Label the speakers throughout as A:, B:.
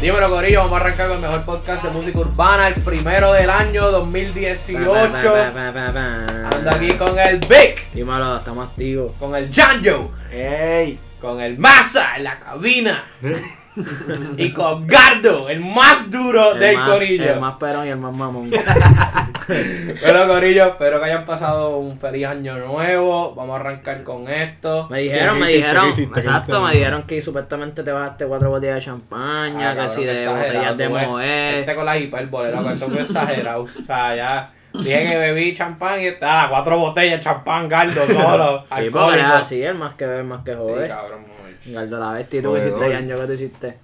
A: Dímelo, Corillo, vamos a arrancar con el mejor podcast de música urbana, el primero del año 2018. Ando aquí con el Vic,
B: Dímelo, estamos activos.
A: con el Janjo,
C: ¡Ey!
A: con el Massa en la cabina y con Gardo, el más duro
B: El
A: del
B: más-
A: Corillo.
B: El más perón y el más mamón.
A: Bueno, Corillo, espero que hayan pasado un feliz año nuevo. Vamos a arrancar con esto.
B: Me dijeron, me
C: hiciste?
B: dijeron,
C: ¿Qué hiciste? ¿Qué hiciste?
B: exacto, me dijeron que supuestamente te bajaste cuatro botellas de champaña,
A: Ah,
B: que
A: cabrón,
B: si
A: qué
B: de
A: exagerado,
B: botellas de
A: tú ves.
B: Moët.
A: Este con la hipérbole, loco, esto fue exagerado. O sea, ya dije que bebí champán y está, cuatro botellas de champán, Gardo, solo.
B: Sí, pues. porque es
A: alcohólico.
B: así, el más que el más que
A: Sí,
B: joder.
A: cabrón, muy.
B: Galdo la bestia, ¿y tú qué
C: Joder,
B: hiciste,
C: gol.
B: Yanjo, ¿qué tú hiciste?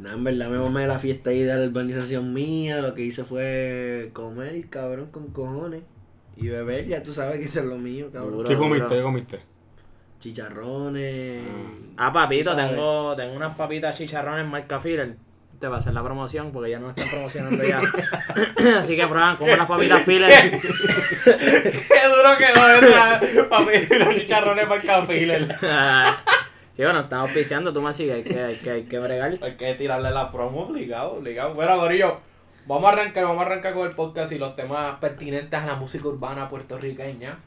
C: No, en verdad me mamé la fiesta ahí de la urbanización mía. Lo que hice fue comer, cabrón, con cojones. Y beber, ya tú sabes que eso es lo mío, cabrón.
B: Duro,
D: ¿Qué comiste? ¿Qué
B: duro.
D: comiste?
C: Chicharrones.
B: Ah, papito,
C: Tú sabes.
B: tengo, tengo unas papitas chicharrones marca Filler. Te va a hacer la promoción porque ya no están promocionando ya. Así que, Fran, come las papitas Filler.
A: Qué duro que no es nada para pedir los chicharrones para el café.
B: sí, bueno, estamos piseando, tú me sigues, hay que, hay que, hay que bregar.
A: Hay que tirarle la promo, obligado, obligado. Bueno, Corillo, vamos a arrancar, vamos a arrancar con el podcast y los temas pertinentes a la música urbana puertorriqueña.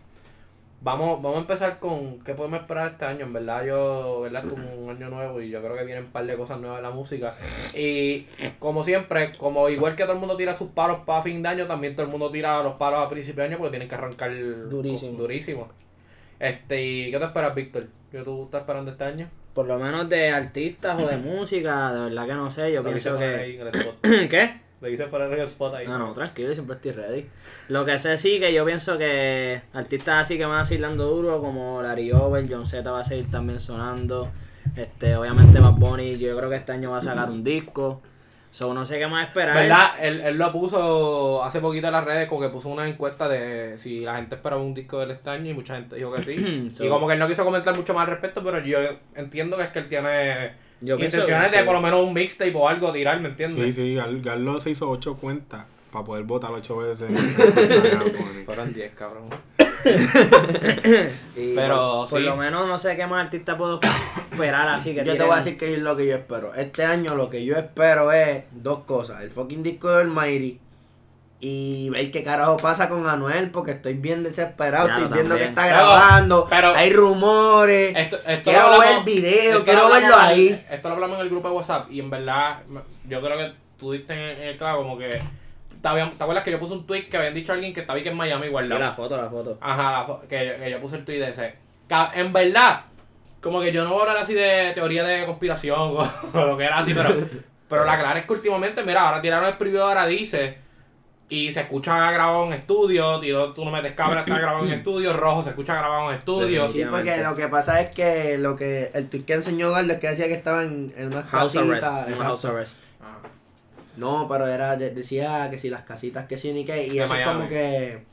A: Vamos, vamos a empezar con qué podemos esperar este año, en verdad yo, verdad, esto es un año nuevo y yo creo que vienen un par de cosas nuevas en la música. Y como siempre, como igual que todo el mundo tira sus paros para fin de año, también todo el mundo tira los paros a principio de año porque tienen que arrancar
B: Durísimo.
A: durísimo. Este, ¿y qué te esperas, Víctor? ¿Qué tú estás esperando este año?
B: Por lo menos de artistas o de música, de verdad que no sé, yo
A: Te quise
B: pienso
A: poner
B: que...
A: ahí en el spot.
B: ¿Qué?
A: Le quise poner el spot ahí.
C: Ah,
B: No, no, tranquilo, siempre estoy ready. Lo que sé sí que yo pienso que artistas así que van a seguir dando duro, como Larry Over, John Z va a seguir también sonando. Este, obviamente Bad Bunny, yo creo que este año va a sacar un disco. So, no sé qué más esperar.
A: ¿Verdad? Él, él lo puso hace poquito en las redes, como que puso una encuesta de si la gente esperaba un disco del este año y mucha gente dijo que sí.
B: So-
A: y como que él no quiso comentar mucho más al respecto, pero yo entiendo que es que él tiene
B: Yo pienso
A: intenciones
B: que
A: de
B: sí.
A: por lo menos un mixtape o algo tirar, ¿me
D: Sí,
A: entiendes?
D: sí, Gal- Garlo se hizo ocho cuentas para poder votar ocho veces.
A: Fueron 10, cabrón.
B: Y
A: Pero
B: por, por
A: sí.
B: lo menos no sé qué más artista puedo esperar así que
C: Yo te
B: tiren-
C: voy a decir que es lo que yo espero. Este año lo que yo espero es dos cosas. El fucking disco del Mayri. Y ver qué carajo pasa con Anuel, porque estoy bien desesperado.
B: Claro,
C: estoy viendo que
B: también.
C: está
A: Pero-
C: grabando.
A: pero-
C: hay rumores.
A: Esto- esto
C: quiero
A: lo
C: ver
A: hablamos-
C: el video,
A: esto
C: quiero
A: lo hablamos
C: verlo
A: en-
C: ahí.
A: Esto lo hablamos en el grupo de WhatsApp y en verdad me- yo creo que tú diste en, en el clavo como que... ¿Te habían- te acuerdas que yo puse un tweet que habían dicho a alguien que estaba aquí en Miami
B: Sí,
A: guardado?
B: la foto, la foto.
A: Ajá, la fo- que, yo- que yo puse el tweet de ese. Ca- En verdad, como que yo no voy a hablar así de teoría de conspiración o, lo que era así, pero, pero la clara es que últimamente, mira, ahora tiraron el preview de ahora dice y se escucha grabado en estudio, tiró, tú no metes cabra, está grabado en estudio, rojo se escucha grabado en estudio.
C: Sí, porque lo que pasa es que lo que el tweet que enseñó Gardo es que decía que estaba en, en una
B: House arrest, en una
C: exacto.
B: house arrest.
A: Ah,
C: No, pero era de- decía que si las casitas que sí ni qué. Y
A: De
C: eso es
A: Miami.
C: como que.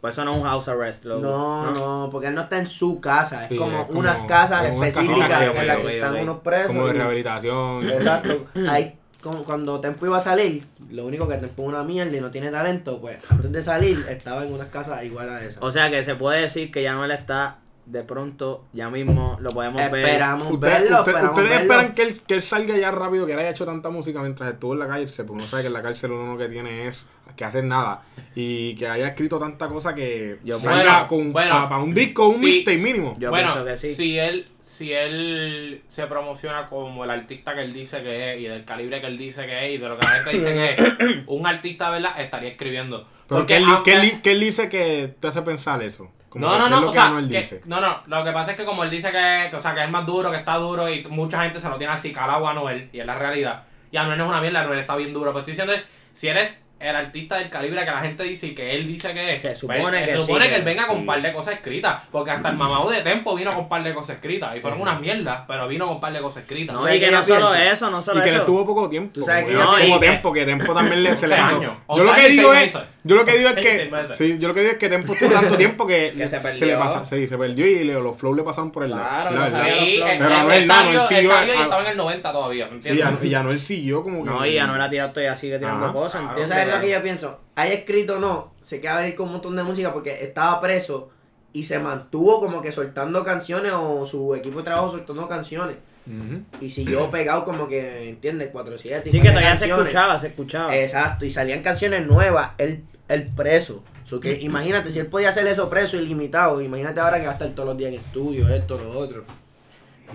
B: Pues eso no es un house arrest, loco.
C: No, no, porque él no está en su casa. Es,
D: Sí,
C: como,
D: es como-
C: unas casas
D: como unas
C: específicas
D: casitas,
C: en las
B: ok,
C: que
B: ok,
C: están
B: ok.
C: unos presos.
D: Como de
C: y-
D: rehabilitación.
C: Exacto. Ahí, como cuando Tempo iba a salir, lo único que Tempo es una mierda y no tiene talento, pues antes de salir estaba en unas casas igual a esas.
B: O sea que se puede decir que ya no él está de pronto, ya mismo lo podemos ver.
C: Esperamos
D: Ustedes,
C: verlo,
D: ustedes-
C: esperamos
D: ustedes
C: verlo.
D: esperan que él, que él salga ya rápido, que él haya hecho tanta música mientras estuvo en la cárcel, porque uno sabe que en la cárcel uno lo que tiene es que hacer nada y que haya escrito tanta cosa que
B: Yo-
D: salga
A: Bueno,
D: con,
A: bueno.
D: para un disco, un
A: Sí,
D: mixtape mínimo.
B: Yo
A: bueno,
B: pienso que sí.
A: si él, si él se promociona como el artista que él dice que es, y del calibre que él dice que es, y de lo que la gente dice que es, un artista, ¿verdad? Estaría escribiendo.
D: Pero ¿qué, él-
A: aunque-
D: qué él- qué él dice que te hace pensar eso? Como
A: No,
D: que
A: no,
D: ¿qué es
A: no,
D: lo
A: o
D: que
A: sea,
D: Anuel
A: que-
D: dice?
A: no, no, lo que pasa es que como él dice que, que, o sea, que es más duro, que está duro y t- mucha gente se lo tiene así calado a Noel y es la realidad. Y Anuel no es una mierda, Anuel está bien duro, pero estoy diciendo es, si eres el artista del calibre que la gente dice y que él dice que es,
B: Se supone
A: pues,
B: que
A: se
B: sí,
A: supone que
B: que-
A: él venga con
D: sí.
A: un par de cosas escritas, porque hasta el mamado de Tempo vino con un par de cosas escritas y fueron unas mierdas, pero vino con un par de cosas escritas.
B: No,
C: ¿sabes
B: y que
C: qué
B: no
C: yo
B: solo
C: pienso?
B: eso, no
D: Y
B: solo
D: que le
B: eso.
D: tuvo poco tiempo.
C: Tú sabes
D: como
C: que
D: no,
C: yo
D: como
B: pienso-
D: tiempo, que tiempo también le se le
A: Once
D: pasó.
A: años,
D: Yo lo
A: once
D: que
A: años y
D: digo
A: seis
D: es,
A: meses.
D: yo lo que digo es que
A: Seis meses.
D: sí, yo lo que digo es que tiempo tuvo tanto tiempo que,
B: Que se
D: le
B: perdió.
D: pasa, sí, se perdió y le- los flows le pasaron por el
B: Claro,
D: lado.
B: no
D: La
B: sabía
D: verdad.
B: los
A: Sí,
B: flows.
A: eh,
D: Pero
A: eh,
D: Anuel
A: él
D: no,
A: salió-
D: Anuel
A: él
D: siguió-
A: salió y
D: a-
A: estaba en el 90 todavía, ¿me
D: Sí, y
A: entiendes?
D: Anuel- y Anuel siguió como que
B: No, y ya no la tira todavía, sigue tirando
D: Ajá.
B: cosas,
A: Claro,
C: O
B: ¿entiendes?
C: sea, es lo que yo pienso. Hay escrito o no, se queda venir con un montón de música porque estaba preso y se mantuvo como que soltando canciones o su equipo de trabajo soltando canciones.
D: Ujú.
C: Y siguió pegado como que, ¿entiendes? 4-7 y
B: Mm. Sí, que
C: cuatro
B: todavía se
C: canciones.
B: escuchaba, se escuchaba.
C: Exacto, y salían canciones nuevas, el, el preso. So
B: Mm.
C: que, imagínate, si él podía hacer eso preso ilimitado, imagínate ahora que va a estar todos los días en estudio, esto, lo otro.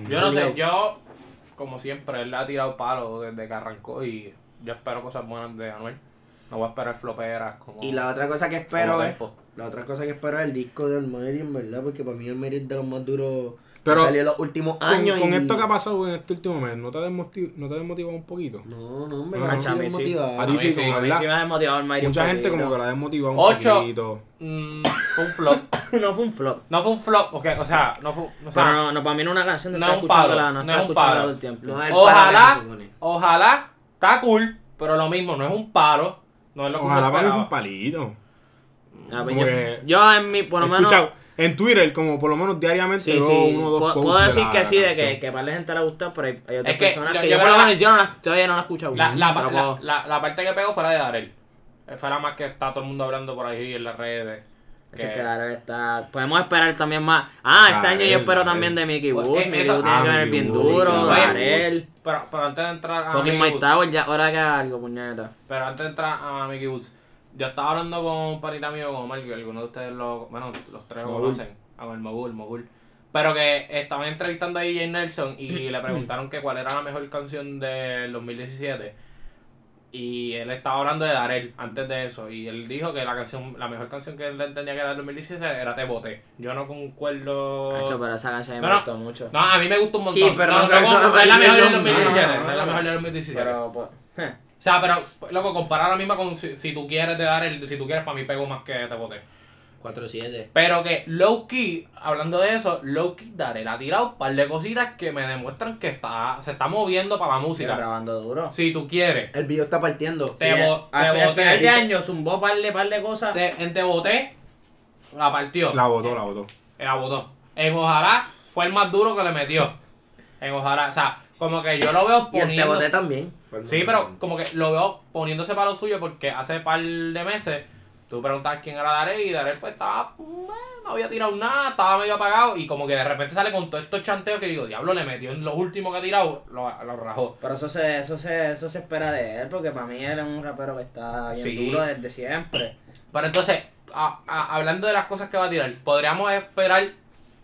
A: Yo no sé, yo, como siempre, él ha tirado palos desde que arrancó y yo espero cosas buenas de Anuel. No voy a esperar floperas como.
C: Y la otra cosa que
A: como
C: espero es,
A: Tempo.
C: la otra cosa que espero es el disco de Almighty, en verdad, porque para mí Almighty es de los más duros
D: Pero
C: que salió en los últimos
D: Con,
C: años.
D: con
C: y-
D: esto que ha pasado en este último mes, ¿no te ha desmotiv- no te ha desmotivado un poquito?
C: No, no, hombre,
D: No,
C: no,
D: macho,
B: a
C: estoy
B: mí sí.
C: desmotivado.
D: A ti sí,
A: sí,
D: como
A: a
B: A mí
D: verdad.
B: sí me ha desmotivado el Mayri un
D: Mucha gente como
B: poquito.
D: que la ha desmotivado un
A: Ocho.
D: poquito.
A: Mm, fue un flop.
B: no fue un flop.
A: No fue un flop, porque, o sea, no fue. O
B: Pero
A: sea,
B: no, no, para mí no es una canción de
A: No
B: estar
A: es un palo,
B: escuchándola, no
A: no
B: estar
A: es un
B: escuchándola
A: palo.
B: todo el tiempo.
C: No es el
A: Ojalá,
C: palo que se supone.
A: ojalá, está cool, pero lo mismo, no es un palo. No es lo que
D: Ojalá
A: uno
D: para mí fue
A: esperaba.
D: un palito.
B: Ah, pues
D: Como
B: yo,
D: que-
B: yo en mi, por lo menos...
D: Escuchado en Twitter, como por lo menos diariamente,
B: Sí,
D: veo
B: sí.
D: uno o dos
B: Puedo,
D: posts
B: puedo
D: de
B: decir
D: la-
B: que
D: la
B: sí, de
D: canción.
B: que, que para la gente le gusta, pero hay, hay otras
A: Es que
B: personas
A: yo-
B: que yo,
A: yo
B: por lo
A: creo
B: menos yo no las, todavía no las he escuchado.
A: La, la, la,
B: Pero puedo-
A: la- la parte que pegó fue la de Darel. Eh, Fue la más que está todo el mundo hablando por ahí en las redes. Que-
B: Che, que Darrell está... Podemos esperar también más. Ah, este
D: Darrell,
B: año yo espero
D: Darrell.
B: también de Mickey
A: Pues,
B: Woods.
A: eh,
B: Mickey
A: eso-
B: Woods tiene
D: Ah,
B: que venir
D: Mickey
B: bien
D: Woods,
B: duro.
D: sí.
B: Darrell.
A: pero, pero antes de entrar a
B: Fucking
A: Mickey
B: Mike
A: Woods,
B: Tower, ya ahora que haga algo, puñeta.
A: pero antes de entrar a Mickey Woods, yo estaba hablando con un panita mío, con Omar, que algunos de ustedes lo, bueno, los tres lo
D: Mogul.
A: conocen, a el Mogul, Mogul. Pero que estaban entrevistando a DJ Nelson y le preguntaron que cuál era la mejor canción del 2017. Y él estaba hablando de Darel antes de eso. Y él dijo que la canción, la mejor canción que él entendía que era del 2017 era Te Boté. Yo no concuerdo.
B: Hacho, pero esa canción me
A: Bueno,
B: gustó mucho.
A: No, a mí me gusta un montón.
C: Sí, pero
A: no,
C: no creo que
A: como-
C: sea
A: no es la
C: del
A: mejor del
C: 2017,
A: 2017.
B: no, no,
A: No es la
B: no.
A: mejor del 2017.
B: Pero, pues... eh.
A: O sea, pero, loco, comparar ahora mismo con si, si tú quieres te dar el. Si tú quieres, para mí pego más que te boté.
C: 4-7.
A: Pero que low key, hablando de eso, low key Darel ha tirado un par de cositas que me demuestran que está, se está moviendo para la
B: Está
A: música.
B: grabando duro.
A: Si tú quieres.
C: El video está partiendo.
A: Te bo-
B: al
A: te
B: fin- al
A: boté.
B: final de año zumbó par de, par de cosas.
A: Te- en te boté, la partió.
D: La votó, la votó.
A: La botó. En ojalá fue el más duro que le metió. En ojalá. O sea, como que yo lo veo
C: Y el te
A: poniendo.
C: boté también.
A: Sí, pero como que lo veo poniéndose para lo suyo porque hace par de meses tú preguntabas quién era Darel y Darel pues estaba, eh, no había tirado nada, estaba medio apagado y como que de repente sale con todos estos chanteos que digo, diablo, le metió en los últimos que ha tirado, lo, lo rajó.
B: Pero eso se, eso, se, eso se espera de él, porque para mí él es un rapero que está bien
A: Sí.
B: duro desde siempre.
A: Pero entonces, a- a- hablando de las cosas que va a tirar, ¿podríamos esperar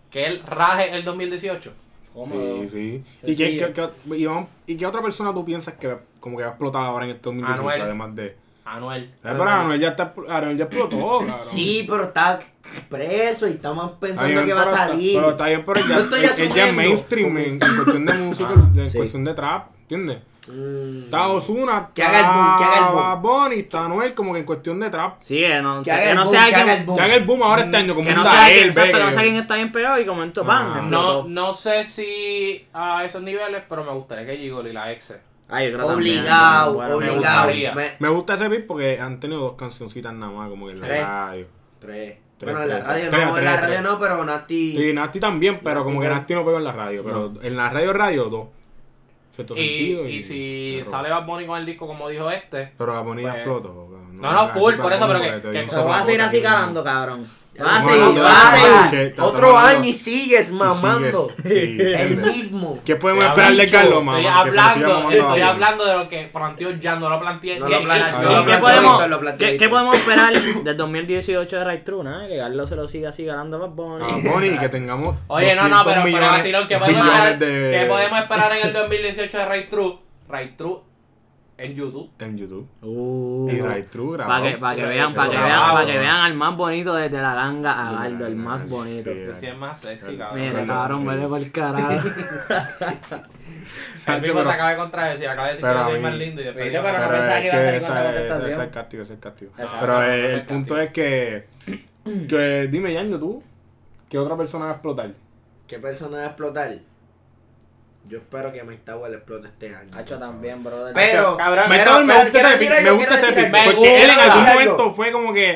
A: que él raje el 2018?
B: Cómodo.
D: Sí, sí. ¿Y qué, qué- qué- y vamos- y qué otra persona tú piensas que como que va a explotar ahora en este 2018?
A: Anuel.
D: Además de.
A: Anuel.
D: Eh, Pero Anuel ya, está, Anuel ya explotó, cabrón.
C: Sí, pero está preso y estamos
D: Está
C: pensando
D: bien,
C: que va a
D: pero está-
C: salir.
D: Pero está bien, pero él ya,
C: Yo estoy
D: él- él ya es
C: asumiendo. Ah,
D: mainstream en, en cuestión de música, en
B: sí.
D: cuestión de trap, ¿entiendes?
C: Mm.
D: Está Osuna,
C: Que haga el boom, que haga el boom.
D: Bad Bunny, está Anuel, como que en cuestión de trap.
B: Sí, que no,
C: Que
B: que
C: haga el
B: no
C: boom,
B: sea
C: que haga el
B: alguien
C: boom.
D: Que haga el boom ahora este año, como
B: que
D: un
B: no sea
D: Darell,
B: alguien, exacto, que
D: ve.
B: no sea alguien está bien pegado y como esto,
D: Ah.
B: ¡pam!
A: No,
B: explotó.
A: no sé si a esos niveles, pero me gustaría que Gigoli la exe.
B: Ay, yo creo también,
C: Obligado,
B: ¿no? Bueno, me
C: obligado.
A: gustaría.
C: Me-
D: Me gusta ese beat porque han tenido dos cancioncitas nada más, como que en la
C: Tres.
D: radio.
C: Tres.
D: Tres,
C: Bueno, en la
D: tres,
C: radio
D: tres,
C: no, en
D: tres,
C: la
D: tres.
C: radio no, pero Nati.
D: Sí, Nasty también, pero
C: Nasty
D: como que
C: fue-
D: Nasty no pegó en la radio. Pero en la radio, radio, dos. Cierto
A: Y,
D: sentido.
A: y si
D: pero-
A: sale Bad Bunny con el disco como dijo este,
D: Pero la ponía
A: pues-
D: explotó.
A: No, no, full, por eso, pero que- que-
B: Pero vas a seguir así calando, cabrón.
C: Ah,
B: Vas a
D: No,
B: seguir,
D: no,
B: vas a
D: no,
B: seguir.
D: no, que
C: Vas,
D: está
C: Otro
D: tomando.
C: año y sigues mamando. El mismo.
D: ¿Qué podemos
A: Te
D: esperar de
C: dicho,
D: Carlos, mamá?
A: estoy
D: Que se lo siga
A: hablando,
D: mamando
A: estoy
D: a uno.
A: hablando de lo que planteó ya, no lo planteé.
C: No
A: ni-
C: lo
A: ni-
C: planteó,
A: ni-
D: no lo
B: ¿Qué
D: planteó
B: podemos,
C: Víctor, lo planteó
B: qué- qué
C: Víctor.
B: podemos esperar del 2018 de Ray True, ¿no? Que Carlos se lo siga así ganando más
D: A
B: Bunny.
D: Ah, Bonnie, que tengamos.
A: Oye, no, no,
D: 200
A: pero, pero
D: millones-
A: vacilón, ¿qué podemos,
D: millones
A: esperar,
D: de-
A: ¿qué podemos esperar en el 2018 de Ray True? Ray True en YouTube.
D: En YouTube.
B: Uh,
D: Y Ray True
B: Para que,
D: grabado.
B: pa' que vean, para que
A: Eso
B: vean,
A: grabado,
B: para que
A: ¿no?
B: vean al más bonito desde la ganga a
D: Desde la
B: Galdo, el
D: ganga,
B: más
D: sí,
B: bonito.
D: sí.
A: Que sí es más sexy, cabrón.
B: Mira,
D: Verdad.
B: cabrón, vete por el carajo.
A: El mismo
D: pero-
A: se acaba de contradecir, acaba de decir
D: pero
A: que
D: a
A: yo soy
D: mí-
A: más lindo y después
B: Viste,
A: dijo,
B: pero- no
D: es
B: pensaba que iba a salir con esa
D: esa es- esa
B: contestación.
D: Es el castigo, ese es el castigo.
B: Exacto.
D: Pero
A: No, no,
D: eh,
A: no es
D: el
A: el
D: punto
A: castigo.
D: es que, que. Dime, Yaño, tú. ¿Qué otra persona va a explotar?
C: ¿Qué persona va a explotar? Yo espero que Mike Tower explote este año.
B: Hacho también, brother.
C: Pero,
A: Cabrón,
D: Me,
C: pero-
D: todo- me
C: pero quiero
D: gusta ese
C: decir
D: pick,
C: algo,
D: me gusta
C: quiero
D: ese
C: decir
D: pick,
C: algo.
A: Me
D: Porque él en
A: gusta.
D: algún
C: Decir algo.
D: momento fue como que.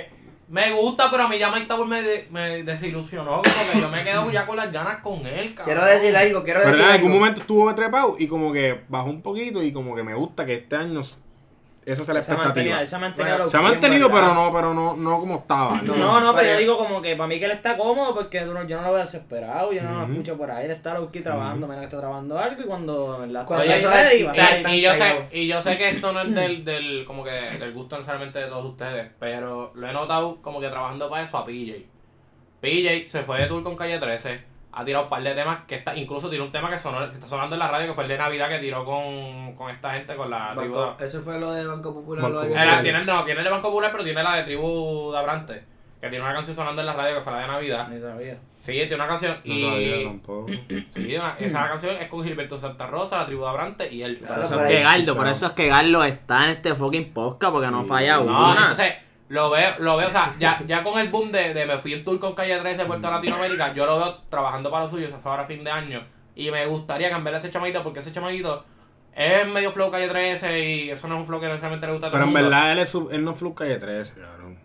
A: Me gusta, pero a mí ya Mike Tower me, de- me desilusionó. Porque yo me quedo ya con las ganas con él, cabrón.
C: Quiero decir algo, quiero
D: Pero
C: decir
D: en algún
C: algo.
D: momento estuvo trepado y como que bajó un poquito y como que me gusta que este año s- esa es la
B: Él se ha mantenido,
D: expectativa.
B: él se ha mantenido.
C: Bueno,
D: Se ha
B: bien,
D: mantenido,
B: ¿verdad?
D: pero no, pero no, no como estaba.
B: No,
D: ¿no?
B: no, pero
C: Vaya.
B: yo digo como que para mí que él está cómodo porque tú no- yo no lo veo desesperado, yo no lo
D: Ujú.
B: escucho por ahí, él está low key trabajando, menos que está trabajando algo y cuando en la
C: Cuando
B: estoy
C: eso
B: ahí
C: es
B: ready, va a
C: tic-tac.
B: estar-
C: tan
A: y, yo sé,
C: pegado.
A: y yo sé que esto no es del, del, como que del gusto necesariamente de todos ustedes, pero lo he notado como que trabajando para eso a PJ. PJ se fue de tour con Calle 13, ha tirado un par de temas, que está, incluso tiró un tema que, sonó, que está sonando en la radio, que fue el de Navidad que tiró con, con esta gente, con la tribu...
C: Banco- eso fue lo de Banco Popular.
D: Banco
C: lo de-
D: Popular.
A: Era- tiene, el- no, tiene el de Banco Popular, pero tiene la de tribu de Abrante, que tiene una canción sonando en la radio que fue la de Navidad.
B: Ni sabía.
A: Sí, tiene una canción
D: No,
A: y...
D: todavía tampoco.
A: sí, una- esa canción es con Gilberto Santa Rosa, la tribu de Abrante y él.
C: Claro,
B: Eso
C: por
B: es
C: ahí.
B: que Gardo,
D: Sí.
B: por eso es que Gardo está en este fucking podcast porque no
D: Sí.
B: falla
A: No,
B: una.
A: entonces lo veo, lo veo, o sea, ya, ya con el boom de, de me fui en tour con Calle 13 de Puerto Latinoamérica, yo lo veo trabajando para lo suyo, se fue ahora a fin de año. Y me gustaría cambiarle a ese chamadito porque ese chamadito es medio flow Calle 13 y eso no es un flow que necesariamente le gusta a todo
D: Pero en
A: el mundo.
D: verdad él, es su- él no es Flow Calle 13, cabrón.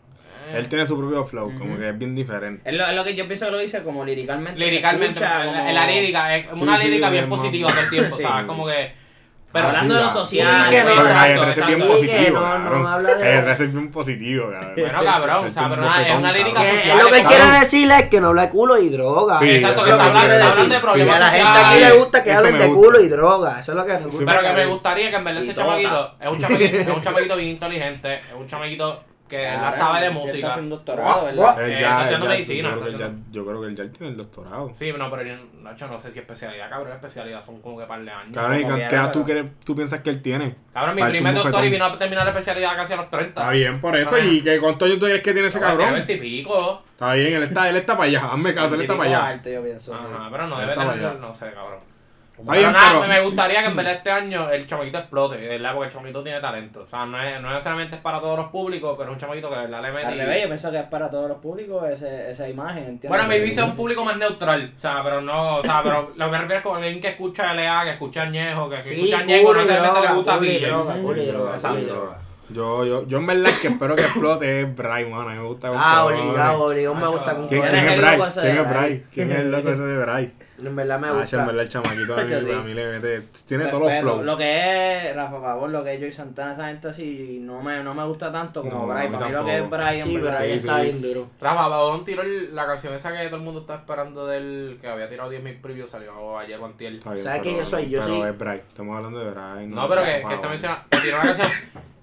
C: Eh.
D: Él tiene su propio flow, como que es bien diferente.
B: Es lo, es lo que yo pienso que lo dice como liricalmente. se
A: Liricalmente,
B: escucha
A: en la-
B: como-
A: en la lírica, es una
D: Sí, sí,
A: lírica bien
D: es más-
A: positiva todo el tiempo,
B: Sí.
A: o sea, es como que.
B: Pero
A: Pero
D: Ah,
B: hablando de lo social,
C: Sí, que no.
B: pues,
D: Pero Calle
A: exacto,
D: 13 es bien
A: exacto.
D: positivo,
C: Sí, que no, no
D: cabrón.
C: habla de-
D: Calle 13 es bien positivo, cabrón. Este
A: Bueno, cabrón, o sea, pero nada, es una lírica
D: cabrón.
C: Que
A: social,
C: lo que él
A: cabrón.
C: quiere decirle es que no habla de culo y droga.
D: Sí,
A: Exacto,
D: eso
A: que
D: es
A: está
D: lo que
A: hablando,
D: quiere
A: está hablando de
D: decir.
C: Y
A: problemas
C: a la gente
A: sociales.
C: aquí le gusta que
D: Eso
C: hablen
D: me
C: de
D: gusta.
C: culo y droga. Eso es lo que nos gusta.
A: Pero que me gustaría que en verdad
B: Y
A: ese
B: todo
A: chamaquito es un chamaquito, es un chamaquito bien inteligente, es un chamaquito que la
B: Ahora,
A: sabe de
B: Ah, él Está
A: música.
B: haciendo doctorado,
C: Guau,
B: ¿verdad?
C: guau.
D: Él
A: Eh,
D: ya-
A: está estudiando
D: él ya-
A: medicina,
D: yo creo que él
A: está
D: ya- Yo creo que él ya tiene el doctorado.
A: Sí, no, pero yo, Nacho, no sé si especialidad, cabrón, especialidad son como que par de años.
D: Cabrón, ¿y
B: como
D: qué
B: quiera,
D: edad tú,
B: pero-
D: crees- tú piensas que él tiene?
A: Cabrón, mi
D: Parte
A: primer
D: un
A: doctor y
D: bofetón.
A: vino a terminar la especialidad casi a los 30.
D: Está bien, por eso. ¿Y que cuántos años tú crees que tiene ese
A: Tiene
D: cabrón?
A: 20 y pico.
D: Está bien, él está, él está para allá. Hazme caso, él está
B: Típico
D: para allá.
B: arte, yo pienso.
A: Ajá, pero no
D: Él
A: debe
D: está
A: tener,
D: mayor.
A: no sé, cabrón.
D: Está
A: Pero
D: bien,
A: nada,
D: pero...
A: me-
D: Mm.
A: me gustaría que en verdad este año el chamaquito explote, de ¿verdad? Porque el chamaquito tiene talento. O sea, no es, no es necesariamente es para todos los públicos, pero es un chamaquito que de verdad le
B: sí.
A: mete.
B: Al
A: y-
B: revés, yo pienso que es para todos los públicos ese, esa imagen, ¿entiendes?
A: Bueno, mi bici es un público más neutral, o sea, pero no, o sea, pero lo que me refiero es con alguien que escucha LA, que escucha Añejo, que, que
C: Sí,
A: escucha Añejo, no
C: culo y
A: necesariamente le
C: droga,
A: gusta a
C: culo y
A: ti.
C: droga, culo y
D: Yo-
C: droga, culo y droga.
D: Yo, yo, yo en verdad el que espero que explote es Bray, mano. A mí me gusta con
C: Ah,
D: cojones.
C: obligado, obligado. Me gusta con
D: ¿Quién,
B: ¿Quién
D: quién
B: es
D: es
B: el
D: Bray?
B: loco ese de
D: ¿Quién es
B: Bray?
D: Bray? ¿Quién es el loco ese de Bray?
C: En verdad me
D: Ah, en
C: gusta.
D: verdad el chamaquito a mí,
B: Sí.
D: a mí le mete... Tiene
B: Respeto,
D: todos los flows.
B: Lo que es Rafa Pavón, lo que es Joy Santana, esa gente así no me, no me gusta tanto como
D: No,
B: Bray.
D: a mí
B: Para mí lo que es
D: tampoco.
B: Bray en
C: Sí, pero
B: verdad.
C: ahí
D: Sí,
C: está
D: sí.
C: bien duro.
A: Rafa Badón tiró el- la canción esa que todo el mundo está esperando del que había tirado 10.000 previews, salió ayer o antier.
D: Está bien,
C: ¿Sabes
D: pero-
C: quién yo soy? Yo
D: pero
C: soy-
D: es Bray. Estamos hablando de Bray.
A: No, pero que,
D: Rafa,
A: que está
D: güey.
A: mencionando, que tiró una canción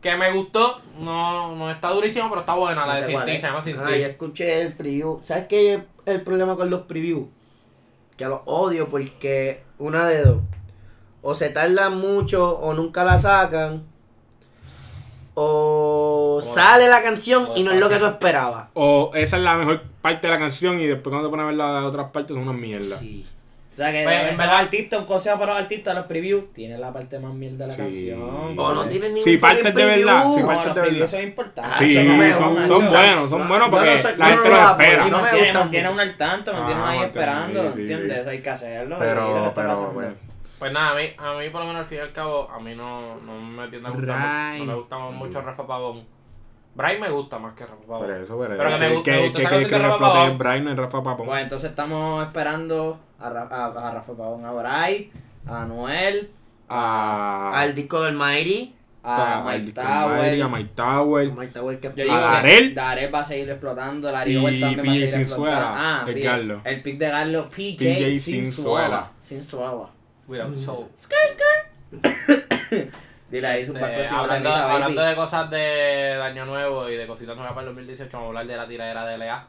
A: que me gustó, no, no está durísima, pero está buena,
B: No
A: la
B: sé
A: de
B: cuál
A: Sin Ti,
B: es.
A: se llama Sin
C: Ah, yo
A: Ti.
C: escuché el preview. ¿Sabes qué es el problema con los previews? Que los odio porque una de dos. O se tardan mucho o nunca la sacan. O sale la canción y no es lo que tú esperabas.
D: O esa es la mejor parte de la canción y después cuando te pones a ver las otras partes son una mierda.
C: Sí.
B: O sea que
A: Pues, en
B: en
A: verdad-
B: verdad, artistas, un consejo para los artistas, los previews, tienen la parte más mierda de la
D: Sí.
B: canción.
C: O no tienen ningún
D: Sí,
C: fucking
D: partes de verdad,
C: preview.
D: sí,
B: No,
D: partes
B: los
D: de
B: previews
D: verdad.
B: son
C: Ah,
B: importantes.
D: Sí,
B: no me
D: son,
B: jodan,
D: son
B: macho.
D: buenos, son buenos
C: yo
D: porque
C: no soy-
D: la
C: yo
D: gente
C: no
D: los
C: lo apoyo,
D: espera.
B: Y
C: no me
B: mantiene,
C: gustan
B: mantiene
C: mucho.
B: uno al tanto, mantiene
D: Ah,
B: uno ahí
D: mantiene,
B: esperando,
D: sí, sí.
B: ¿entiendes? Hay que hacerlo. es lo que
D: Pero,
B: está
D: pero,
B: pasando.
D: bueno.
A: Pues nada, a mí, a mí por lo menos al fin y al cabo, a mí no, no me tiende a gustar, mu- no me gusta mucho Rafa Pavón. Bray me gusta más que Rafa
D: Por
A: Pavón.
D: eso, por eso.
A: Pero que me gu-
D: que,
A: me
D: que,
A: gusta
D: que,
A: esa
D: que,
A: canción de Rafa
D: explote
A: Pavón.
D: es Bray, no es Rafa Papón.
B: Pues entonces estamos esperando a, Ra- a, a Rafa Pavón, a Bray, a Noel,
D: a
C: Al disco del Mighty.
B: a
D: a
B: Mike
D: Disco Madrid, a
B: Tower.
D: Mike Tower.
C: Mike Tower que
B: Yo
D: a
B: digo que
D: Darel.
B: Darel va a seguir explotando, la
D: Y
B: Ariel también va a
D: PJ
B: seguir explotando.
D: Sinzuela,
B: Ah,
D: el
B: PJ
D: Garlo.
B: El pick de Garlo, PJ,
D: PJ
B: Sinzuela. Sinzuela.
A: Without Soul.
B: Dile ahí su
A: Este,
B: parte
A: hablando, hablando de cosas de, de Año Nuevo y de cositas nuevas para el 2018, vamos a hablar de la tiradera de LA.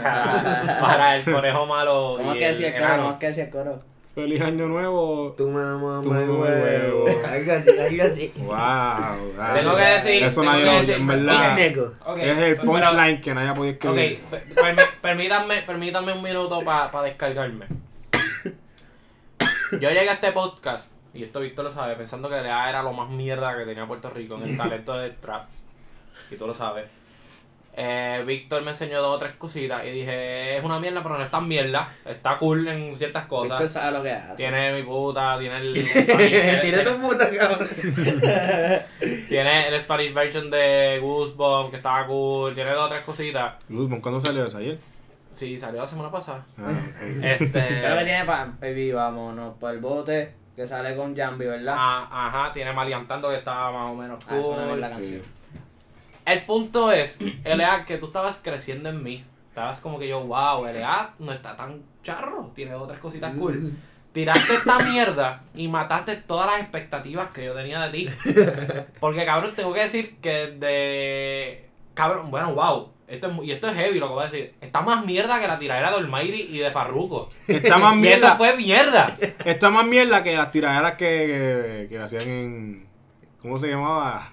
A: para, para el conejo malo.
B: ¿Cómo
A: y
B: es que decía el coro?
A: enano.
B: ¿Cómo es que decía el coro?
D: Feliz Año Nuevo.
C: Tú me amas,
D: Tú
C: me
D: me
C: huevo.
D: huevo.
C: Algo así, algo así.
D: Wow.
A: Tengo que decir.
D: Eso
A: tengo
D: nadie
A: que
D: lo
A: decir-
D: oye, en verdad.
C: Tic, nego.
A: Ok,
D: es el
A: pero-
D: punchline que nadie ha podido
A: Ok,
D: escribir.
A: per- permi- permítanme, permítanme un minuto para descargarme. Yo llegué a este podcast, y esto Víctor lo sabe, pensando que LA era lo más mierda que tenía Puerto Rico en el talento de trap. Y tú lo sabes. Eh, Víctor me enseñó dos o tres cositas y dije, es una mierda, pero no es tan mierda. Está cool en ciertas cosas.
B: Víctor sabe lo que hace.
A: Tiene mi puta, tiene el...
C: Tira tu puta, cabrón.
A: Tiene el Spanish version de Goosebumps, que estaba cool. Tiene dos o tres cositas.
D: Guzmán, ¿cuándo salió eso? ¿Ayer?
A: Sí, salió la semana pasada.
D: Ah, ok.
A: Este...
B: Creo que tiene pa... Baby, vámonos por el bote. que sale con Jambi, ¿verdad?
A: Ah, ajá, tiene Maliantando que estaba más o menos
B: Ah, es una
A: cool.
B: mierda canción.
A: El punto es, LA, que tú estabas creciendo en mí. Estabas como que yo, wow, LA no está tan charro. Tiene dos o tres cositas
B: Mm.
A: cool. Tiraste esta mierda y mataste todas las expectativas que yo tenía de ti. Porque, cabrón, tengo que decir que de... Cabrón, bueno, wow. Esto es mu- y esto es heavy lo que voy a decir. Está más mierda que la tiradera de Olmairi y de Farruko.
D: Está más
A: Y eso
D: mierda.
A: fue mierda.
D: Está más mierda que las tiraderas que, que, que hacían en. ¿Cómo se llamaba?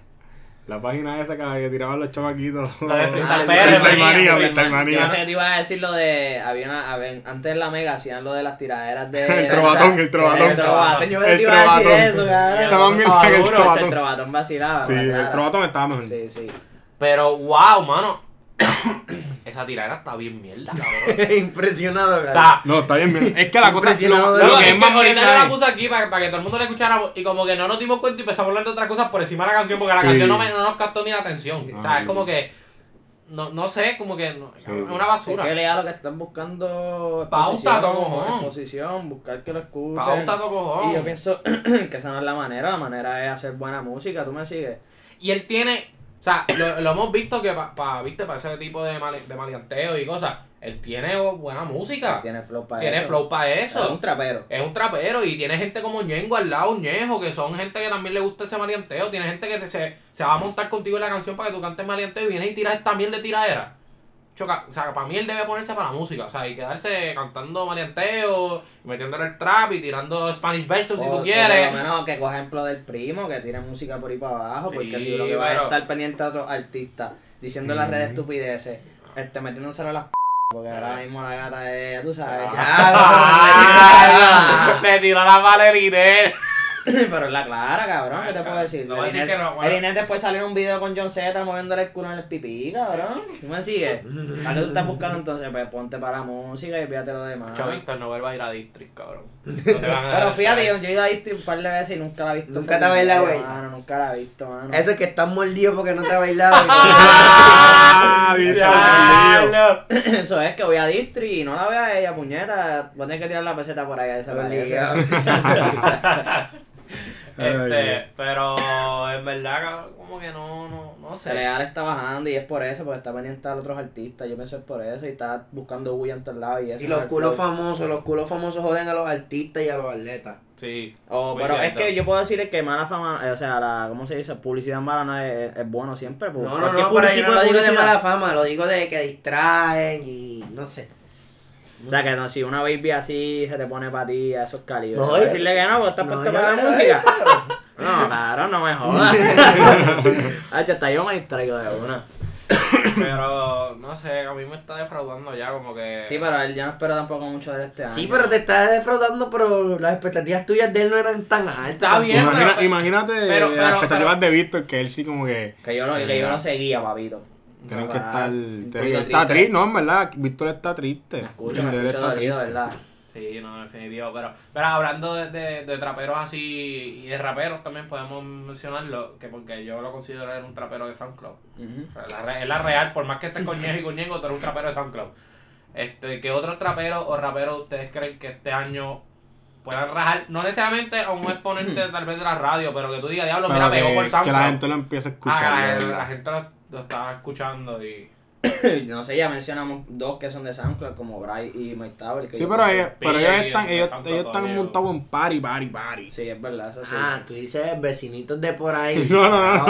D: La página esa que, que tiraban los chamaquitos.
A: La de Freestyle
B: Ah,
A: PR,
B: Freestyle
D: Manía, Freestyle
B: Yo
D: Manía.
B: pensé que te iba a decir lo de. Había una, había- antes en la Mega hacían lo de las tiraderas de.
D: El
B: de-
D: trovatón, el
B: Sí,
D: trovatón.
B: El trovatón. Yo
D: El
B: pensé que te iba a decir
D: trovatón.
B: eso, cabrón.
D: Estaba bien
B: Ah,
D: que el
B: duro,
D: trovatón.
B: El trovatón vacilaba.
D: Sí,
B: vacilaba.
D: el trovatón estaba mejor.
B: Sí, sí.
A: Pero, wow, mano. Esa tiradera está bien mierda, cabrón.
C: Impresionado,
A: O
C: cara.
A: sea,
D: No, está bien mierda. Es que la cosa es lo,
C: Impresionado
D: lo
A: no,
D: que
A: es
D: es
A: que
D: más
A: ahorita yo
D: mierda
A: la
D: es-
A: puse aquí para, para que todo el mundo la escucháramos y como que no nos dimos cuenta y empezamos a hablar de otras cosas por encima de la canción porque la
D: Sí.
A: canción no, me- no nos captó ni la atención. o sea,
D: Ah,
A: es
D: sí,
A: como
D: sí.
A: que, no, no sé, como que no-
D: Sí.
A: es una
B: Es
A: basura.
B: que lea lo que están buscando.
A: Pauta,
B: exposición,
A: cojón.
B: Exposición, buscar que lo escuchen.
A: Pauta to cojón.
B: Y yo pienso que esa no es la manera. La manera es hacer buena música. ¿Tú me sigues?
A: Y él tiene, o sea, lo, lo hemos visto que para pa, viste, para ese tipo de, male- de maleanteo y cosas, él tiene buena música, Ah, tiene,
B: Tiene flow para eso.
A: flow para
B: Es
A: eso.
B: un trapero.
A: Es un trapero y tiene gente como Ñengo al lado, Ñejo, que son gente que también le gusta ese maleanteo. Tiene gente que te- se, se va a montar contigo en la canción para que tú cantes maleanteo y vienes y tiras esta mierda de tiradera. Choca, o sea, para mí él debe ponerse para la música, o sea, y quedarse cantando maleanteo, metiéndole el trap y tirando Spanish version si
B: O-
A: tú
B: o
A: quieres.
B: Por lo Oh, menos que coja ejemplo del primo, que tire música por ahí para abajo,
A: Sí,
B: porque seguro que va
A: pero-
B: a estar pendiente a otros artistas, diciendo en las redes estupideces, este, metiéndoselo a las p... Porque ahora mismo la gata es, tú sabes.
A: Ah, Le tiró la valerina.
B: pero es la clara, cabrón, ¿qué te
A: Ay,
B: puedo
A: cabrón.
B: decir?
A: No voy a
B: El
A: decir
B: Inés-
A: que no, bueno.
B: El Inés después salió en un video con John Z moviéndole el culo en el pipí, cabrón. ¿Tú me sigues? ¿A qué tú estás buscando entonces? Pues ponte para la música y fíjate lo demás.
A: Chavito, no vuelva a ir a District, cabrón. No te van a
B: Pero
A: dar-
B: fíjate, yo, yo he ido a Distri un par de veces y nunca la he visto.
C: Nunca te has bailado,
B: feliz,
C: güey.
B: mano, Nunca la he visto, mano.
C: Eso es que estás mordido porque no te ha bailado.
D: Ah, dice
A: Ah,
D: el lío.
A: no.
B: Eso es que voy a Distri y no la veo a ella, puñeta. Voy a tener que tirar la peseta por ahí a esa
C: Obligado.
D: Ay,
A: Este, pero en verdad, cabrón, como que no, no, no
B: Se le
A: sé.
B: da, le está bajando y es por eso, porque está pendiente a otros artistas. Yo pienso es por eso y está buscando bulla en todos lados y eso.
C: Y
B: no
C: los
B: es
C: culos
B: flow.
C: famosos, los culos famosos joden a los artistas y a los atletas.
A: Sí.
B: Oh,
A: muy
B: pero es
A: cierto.
B: que yo puedo decir que mala fama, eh, o sea, la, ¿cómo se dice? Publicidad mala no es, es bueno siempre. pues,
C: No, no,
B: cualquier
C: no, pero yo
B: tipo
C: no lo
B: de
C: digo de
B: publicidad.
C: mala fama, lo digo de que distraen y no sé.
B: O sea, que no, si una baby así se te pone para ti a esos calibres.
C: No,
B: No,
C: yo-
B: decirle que no, pues estás
C: no,
B: puesto
C: yo-
B: para la
C: yo-
B: música. No, claro, no me jodas. Hacho, hasta yo me distraigo de una.
A: Pero no sé, a mí me está defraudando ya, como que.
B: Sí, pero él, yo no espero tampoco mucho de él este año.
C: Sí, pero te estás defraudando, pero las expectativas tuyas de él no eran tan altas.
A: Está bien,
D: Imagina-
A: pero- pues,
D: Imagínate
A: pero- pero-
D: las expectativas de Víctor, que él sí como que...
B: Que yo lo, que yo lo seguía, papito.
D: Tienen
B: No,
D: que
B: va,
D: estar...
B: un
D: tienen que-
B: poquito
D: está
B: triste.
D: triste, no, en verdad, Víctor está triste.
B: Me escucho, me
D: Él
B: escucho
D: está
B: dolido,
D: triste.
B: ¿verdad?
A: Sí, no, definitivo. Pero, pero hablando de, de, de traperos así y de raperos también podemos mencionarlo, que porque yo lo considero era un trapero de SoundCloud. O sea, la re- Es la real, por más que estés con Ñejo y con Ñengo, tú eres un trapero de SoundCloud. Este, ¿Qué otros traperos o raperos ustedes creen que este año puedan rajar? No necesariamente a un exponente tal vez de la radio, pero que tú digas, diablo, mira,
D: Para
A: pegó por
D: que,
A: SoundCloud.
D: que la gente lo empiece a escuchar.
A: Ah, la,
D: ¿verdad?
A: la gente lo, lo estaba escuchando y...
B: No sé, ya mencionamos dos que son de SoundCloud, como Bryce y Mike Tower. que
D: Sí,
B: yo
D: pero,
B: pienso-
D: ellos, pero ellos
A: Pilla y
D: están,
A: el
D: ellos,
A: Santo
D: ellos están
A: Antonio.
D: montados en party, party, party.
B: Sí, es verdad, eso sí.
C: Ah, tú dices vecinitos de por ahí.
D: No, no, no,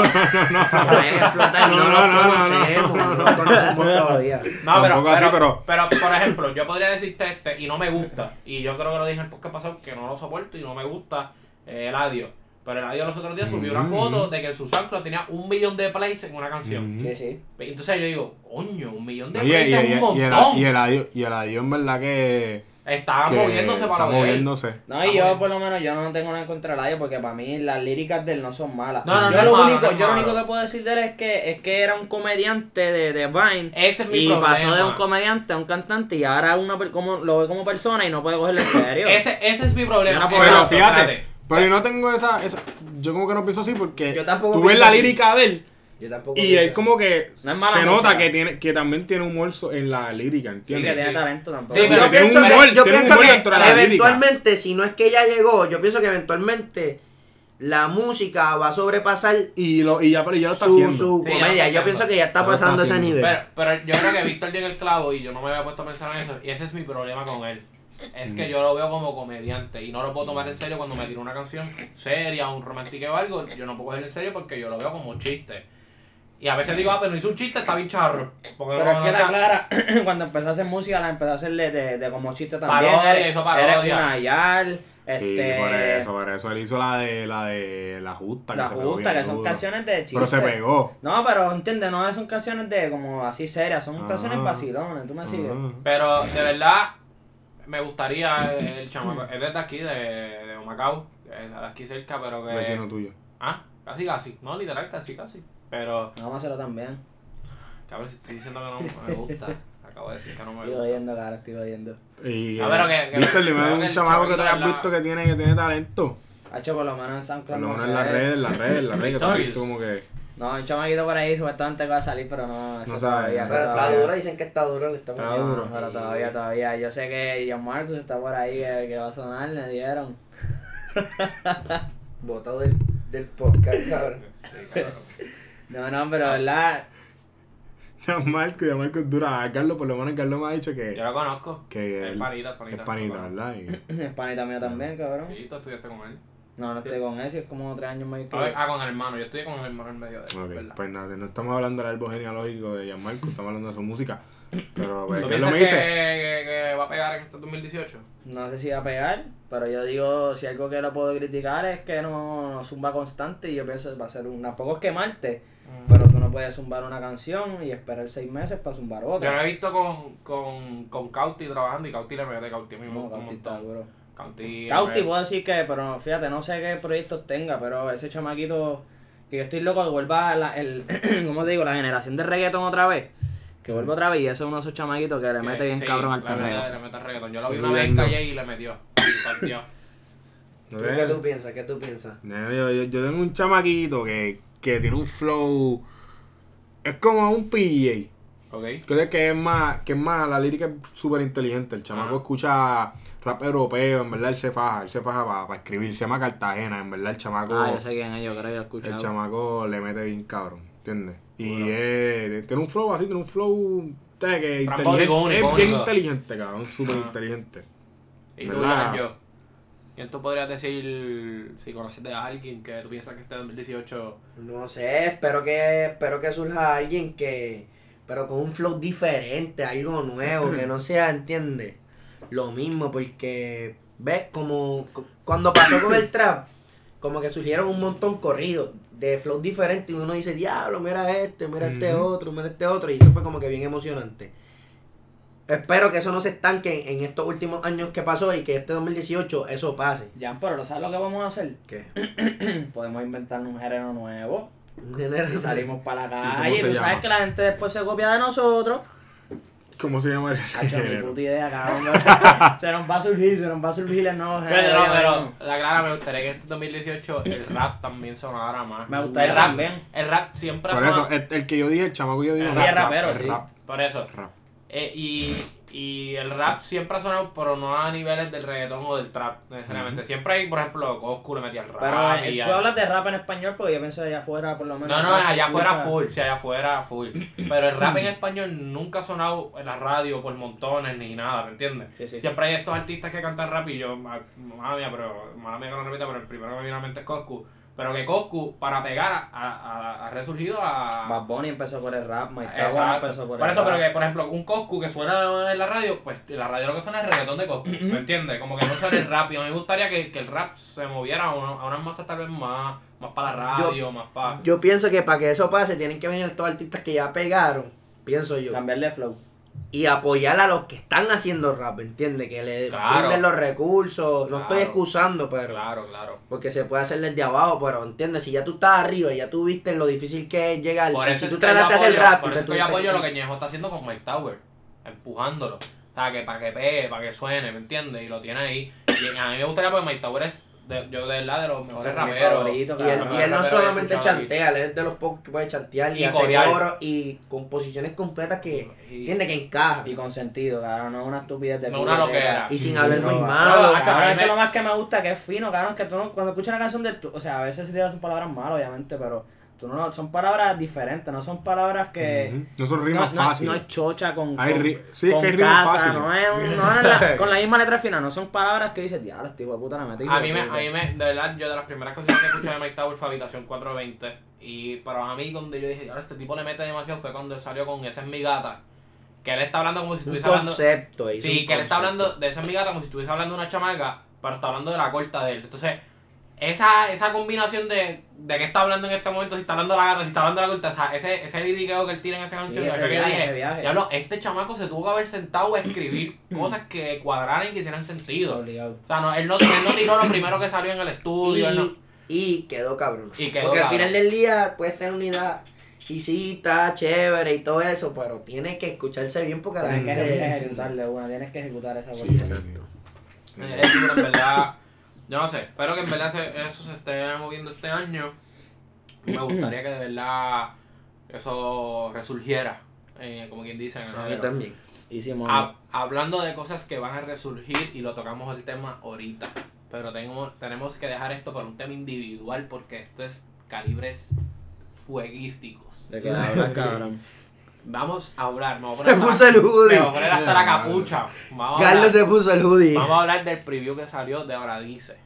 C: Van a explotar, no,
D: No,
C: los
D: no, no, no,
C: conocemos, no, los conocemos todavía.
A: No, pero,
D: Tampoco así,
A: pero, pero, por ejemplo, yo podría decirte este y no me gusta. Y yo creo que lo dije en el podcast pasado que no lo soporto y no me gusta eh, el adiós. Pero el adiós los otros días subió una
D: Mm.
A: foto de que en su SoundCloud tenía un millón de plays en una canción.
D: Mm.
B: Sí, sí.
A: Entonces yo digo, coño, un millón de
D: Oye,
A: plays
D: y,
A: es
D: y-
A: un
D: y el,
A: montón.
D: y el adiós, y el adiós en verdad que...
A: Estaba
D: que
A: moviéndose para
D: está
A: lo de él.
D: moviéndose.
B: No,
A: Ah,
B: y yo
A: bueno.
B: por lo menos yo no tengo nada en contra de él porque para mí las líricas de él no son malas.
A: No, no,
B: yo
A: no
B: lo
A: es malo,
B: único,
A: no es
B: yo lo
A: malo.
B: único que puedo decir de él es que es que era un comediante de, de Vine.
A: Ese es mi
B: y
A: problema.
B: pasó de un comediante a un cantante y ahora una per- como, lo ve como persona y no puede cogerlo en serio.
A: ese, ese es mi problema.
B: Yo no puedo-
D: Pero
A: Exacto,
D: fíjate,
A: espérate.
D: pero yo no tengo esa, esa- Yo como que no pienso así porque
C: Yo tampoco
D: tú ves
C: pienso
D: la
C: así.
D: lírica de él
C: Yo tampoco.
D: Y
C: pienso-
D: él como que
B: No es mala
D: se nota
B: música.
D: que tiene que también tiene humor so- en la lírica,
B: Sí, que
D: ¿entiendes?
B: tiene talento tampoco.
A: Sí, pero
C: yo
D: tiene
C: pienso
D: un
C: que,
D: humor,
C: yo
D: tiene un
C: pienso
D: humor
C: que
D: dentro de la lírica.
C: eventualmente, si no es que ya llegó, yo pienso que eventualmente la música va a sobrepasar
D: Y, lo, y ya, pero ya lo está
C: su,
D: haciendo.
C: su
A: Sí, ya lo está
C: comedia.
A: haciendo.
C: Yo pienso que ya está
D: Ya lo está
C: pasando ese
D: haciendo.
C: nivel.
A: Pero, pero yo creo que Víctor dio en el clavo y yo no me había puesto a pensar en eso. Y ese es mi problema con él. Es
D: Mm.
A: que yo lo veo como comediante y no lo puedo tomar en serio cuando me tiro una canción seria, un romántico o algo. Yo no puedo cogerlo en serio porque yo lo veo como chiste. Y a veces digo, ah, pero no hizo un chiste, está bien charro. Porque no-
B: Pero es
A: no
B: que la
A: está-
B: Clara, cuando empezó a hacer música, la empezó a hacer de, de, de como chiste también.
A: Parodia,
B: Eres-
A: hizo parodia.
B: Eres Kunayal,
D: Sí,
B: este,
D: por eso, por eso él hizo la de la de la justa.
B: La
D: que se pegó
B: Justa,
D: bien
B: que son
D: duro.
B: canciones de chiste.
D: Pero se pegó.
B: No, pero entiende, no son canciones de como así serias, son canciones
D: Ah.
B: vacilones, tú me sigues.
D: Ajá.
A: Pero de verdad, me gustaría el, el chamaco. Es desde aquí, de, de Humacao, es de aquí cerca, pero que.
D: Vecino tuyo.
A: Pues, Ah, casi, casi. No, literal, casi, casi. Pero,
B: Vamos a hacerlo también.
A: cabrón, si estoy diciendo que no me gusta. Acabo de decir que no me
B: Estoy
A: gusta.
B: odiando, cara, estoy odiando.
D: Y,
A: Ah,
D: eh,
A: pero que- que-
D: Víctor, dime
A: pero que
D: un
A: el
D: chamaco que tú
A: chamaquito
D: hayas
A: la-
D: visto que tiene, que tiene talento.
B: Ha hecho por lo menos en SoundCloud.
D: Por lo
B: no
D: menos
B: sé.
D: en las redes, en las redes, en las redes. Que tú has
A: Victorious.
D: visto como que.
B: No, un chamaquito por ahí supuestamente que va a salir, pero no. eso
D: No sabe,
B: todavía,
D: pero
B: eso todavía.
C: dicen que está duro, le está
D: Está
C: metiendo.
D: duro.
B: Pero todavía, todavía. Yo sé que John Marcus está por ahí eh, que, que va a sonar, me dieron.
C: Botado del, del podcast, cabrón.
A: Sí, cabrón.
B: No, no, pero
A: Ah.
B: verdad.
D: Ya Marco, ya Marco es dura. A Carlos, por lo menos Carlos me ha dicho
A: Yo
D: que.
A: lo conozco.
D: que
A: Es
D: él-
A: panita, es
D: que
A: panita.
D: es panita, ¿verdad? Y-
B: Es panita
A: Ah.
B: mío también, cabrón.
A: Sí, tú estudiaste con él.
B: No, no estoy con ese, es como tres años más que
A: A ver, Ah, con el hermano. Yo estudié con el hermano en medio de él,
D: Ok,
A: ¿verdad?
D: pues nada, no estamos hablando del árbol genealógico de Gianmarco, estamos hablando de su música. Pero pues,
A: ¿Tú
D: ¿qué es lo
A: piensas
D: que
A: que,
D: dice?
A: que- que va a pegar en este 2018?
B: No sé si va a pegar, pero yo digo, si algo que lo puedo criticar es que no, no zumba constante y yo pienso que va a ser un... Tampoco es quemarte,
A: Mm.
B: pero tú no puedes zumbar una canción y esperar seis meses para zumbar
A: Yo lo
B: otra.
A: he visto con, con, con Cauti trabajando y Cauti le mete Cauti a mí me
B: No,
A: gusta un
B: Cauti está
A: montón.
B: duro.
A: Cauti.
B: Cauti
A: me-
B: puedo decir que, pero fíjate, no sé qué proyectos tenga, pero ese chamaquito que yo estoy loco que vuelva la, el, ¿cómo te digo? La generación de reggaeton otra vez. Que vuelva otra vez y ese es uno de esos chamaquitos que le
A: que-
B: mete bien
A: sí,
B: cabrón al
A: le mete-
B: perreo.
A: Le mete reggaetón. Yo lo vi
D: Muy
A: una vez en
D: lindo.
A: calle y le metió. y partió.
D: ¿No
C: ¿Tú
D: ves?
C: ¿Qué tú piensas? ¿Qué tú piensas?
D: No, Yo, yo- yo tengo un chamaquito que, que tiene un flow. Es como un PJ.
A: Ok.
D: Creo que es más, que es más, la lírica es súper inteligente. El chamaco
A: Ajá.
D: escucha rap europeo, en verdad él se faja, él se faja para escribir. Se llama Cartagena, en verdad el chamaco.
B: Ah, yo sé quién es, yo creo que lo he
D: El
B: escuchado.
D: chamaco le mete bien cabrón, ¿entiendes? Y
A: Bueno.
D: eh, tiene un flow así, tiene un flow ¿sabes? que
A: Trambótico,
D: inteligente,
A: único,
D: es bien
A: único.
D: inteligente, cabrón, súper
A: Ajá.
D: inteligente.
A: Y tú,
D: ¿Verdad?
A: Jan, yo. ¿Quién tú podrías decir, si conoces a alguien que tú piensas que este 2018
C: No sé, espero que, espero que surja alguien que, pero con un flow diferente, algo nuevo, que no sea, ¿entiendes? Lo mismo, porque, ¿ves? Como cu- cuando pasó con el trap, como que surgieron un montón corridos de flow diferente y uno dice, diablo, mira este, mira este
D: Ujú.
C: otro, mira este otro, y eso fue como que bien emocionante. Espero que eso no se estanque en estos últimos años que pasó y que este 2018 eso pase.
B: Jan, pero ¿lo sabes lo que vamos a hacer?
C: ¿Qué?
B: Podemos inventar un género nuevo
C: Un género.
B: y salimos para la
D: ¿Y
B: calle.
D: cómo se
B: Tú sabes
D: llama?
B: que la gente después se copia de nosotros.
D: ¿Cómo se llama ese
B: Hacho, ni
D: género?
B: puta idea, cabrón. se nos va a surgir, se nos va a surgir el nuevo
A: Pero,
B: género.
A: no,
B: cabrón.
A: pero la clara me gustaría que en este 2018 el rap también sonara más.
B: Me gustaría
A: el rap,
B: también.
A: El rap siempre ha
D: Por eso, eh.
A: sonado.
D: el, el que yo dije, el chamaco que yo dije,
A: El
D: rap,
A: rap,
D: rap,
B: rapero,
D: el
B: sí.
D: rap,
A: Por eso.
D: rap.
A: Eh, y, y el rap siempre ha sonado, pero no a niveles del reggaetón o del trap, necesariamente. Siempre hay, por ejemplo, Coscu le metía el rap.
B: Pero eh,
A: y
B: tú
A: al-
B: hablas de rap en español porque yo pienso allá afuera, por lo menos.
A: No, no, allá afuera
B: escucha-
A: full, sí, allá afuera full. Pero el rap en español nunca ha sonado en la radio por montones ni nada, ¿me entiendes?
B: Sí, sí.
A: Siempre hay estos artistas que cantan rap y yo, ma- mala mía, pero, mala mía que lo repita, pero el primero que me viene a la mente es Coscu. Pero que Coscu, para pegar, ha- ha, ha- ha resurgido
B: Bad
A: a...
B: Bunny empezó por el rap, Mike
A: Exacto.
B: Tower empezó por,
A: Por
B: el
A: eso,
B: rap.
A: pero que, por ejemplo, un Coscu que suena en la radio, pues en la radio lo que suena es el reggaetón de Coscu, ¿me entiendes? Como que no suena el rap y a mí me gustaría que, que el rap se moviera a, uno- a unas masas tal vez más, más para la
C: Yo-
A: radio, más para...
C: Yo pienso que para que eso pase tienen que venir estos artistas que ya pegaron, pienso yo,
B: Cambiarle flow.
C: y apoyar a los que están haciendo rap, ¿entiendes? Que le
A: Claro.
C: brinden los recursos, no estoy
A: Claro.
C: excusando, pero
A: Claro, claro.
C: porque se puede hacer desde abajo, pero ¿entiendes? Si ya tú estás arriba, y ya tú viste lo difícil que es llegar,
A: Por
C: y
A: eso
C: si
A: es
C: tú
A: que yo
C: trataste de hacer
A: apoyo-
C: rap,
A: Por
C: tú
A: eso
C: te
A: es que yo
C: tuviste
A: apoyo lo que Ñejo está haciendo con Mike Tower, empujándolo. O sea, que para que pegue, para que suene, ¿me entiendes? Y lo tiene ahí. Y a mí me gustaría porque Mike Tower es de- yo de verdad de los mejores
B: Ese es mi
A: raperos.
B: favorito,
C: Y él,
B: cabrón.
C: y él no
A: Pero
C: solamente
A: escuchaba aquí.
C: chantea, él es de los pocos que puede chantear y,
A: Y
C: hace
A: corear.
C: coro y composiciones completas que,
A: Y-
C: entiende que encaja.
B: Y con sentido, cabrón, no es una estupidez de
A: No una loquera.
C: Y sin hablar muy
B: no,
C: malo.
A: Hacho, a mí
B: Cabrón, eso
A: me-
B: es lo más que me gusta, que es fino, cabrón, que tú no, cuando escuchas una canción de tú, o sea, a veces sí te son palabras malas, obviamente, pero tú no, no- son palabras diferentes, no son palabras que...
D: Ujú. No son
B: No,
D: rimas
B: no,
D: fáciles.
B: no es chocha con,
D: Hay
B: con,
D: ri- sí, es
B: con
D: que hay rimas
B: casa,
D: fáciles.
B: no es, un- no es la- con la misma letra final, no son palabras que dices, diablo, este hijo de puta la metí.
A: A mí, me, a mí me, de verdad, yo de las primeras canciones que escuché de Mike Tower fue Habitación 420. Y para mí, donde yo dije, ahora este tipo le mete demasiado, fue cuando salió con Esa es mi gata. Que él está hablando como si
C: Un
A: estuviese hablando.
C: concepto. hizo
A: Sí,
C: un
A: que él está
C: concepto.
A: hablando de esa es mi gata como si estuviese hablando de una chamaca, pero está hablando de la corta de él. Entonces, esa, esa combinación de, de qué está hablando en este momento, si está hablando de la gata, si está hablando de la corta, o sea, ese, ese liriqueo que él tiene en esa canción,
B: ese
A: yo que yo
B: viaje,
A: dije,
B: ese viaje.
A: "Diablo, este chamaco se tuvo que haber sentado a escribir cosas que cuadraran y que hicieran sentido.
B: Obligado.
A: O sea, no, él, no, él no tiró lo primero que salió en el estudio. él no-
C: Y, y quedó cabrón.
A: Y quedó
C: Porque al
A: cabrón.
C: final del día puedes tener unidad. Y sí, está chévere y todo eso, pero tiene que escucharse bien porque la
B: Tienes que eje-
C: gente.
B: ejecutarle una, tienes que ejecutar esa
D: Sí,
B: porquería.
D: exacto.
A: Eh, el libro, en verdad, yo no sé, espero que en verdad se- eso se esté moviendo este año. Me gustaría que de verdad eso resurgiera, eh, como quien dice. en el
C: A mí
A: género.
C: también.
B: Hicimos...
A: Ha- hablando de cosas que van a resurgir y lo tocamos el tema ahorita, pero tenemos, tenemos que dejar esto para un tema individual porque esto es calibres fueguísticos.
B: De que hablas, cabrón.
A: Vamos a hablar, me voy a
C: Se
A: poner hasta-
C: puso el
A: me
C: hoodie.
A: voy a poner hasta la capucha. Vamos a hablar-
C: Carlos se puso el hoodie.
A: vamos a hablar del preview que salió de ahora dice.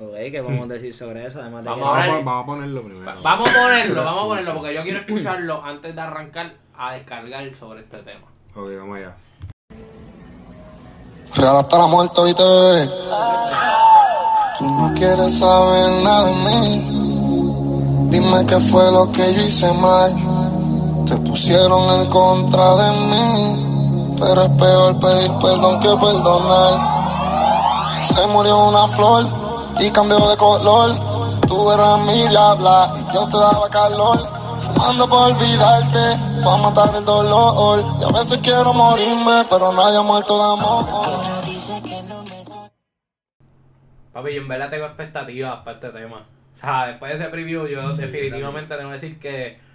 B: Ok, ¿qué podemos decir sobre eso? Además de
A: Vamos
B: que-
D: Vamos,
A: ahora-
D: a pon- vamos a ponerlo primero.
A: Va- Vamos a ponerlo, vamos a ponerlo, porque yo quiero escucharlo antes de arrancar a descargar sobre este tema.
D: Ok, vamos allá.
E: Real hasta la muerte, oíste, bebé. Tú no quieres saber nada de mí. Dime qué fue lo que yo hice mal. Te pusieron en contra de mí. Pero es peor pedir perdón que perdonar. Se murió una flor y cambió de color. Tú eras mi diabla, yo te daba calor. Fumando para olvidarte, para matar el dolor. Y a veces quiero morirme, pero nadie ha muerto de amor.
A: Papi, yo en verdad tengo expectativas para este tema. O sea, después de ese preview, yo definitivamente tengo que decir que.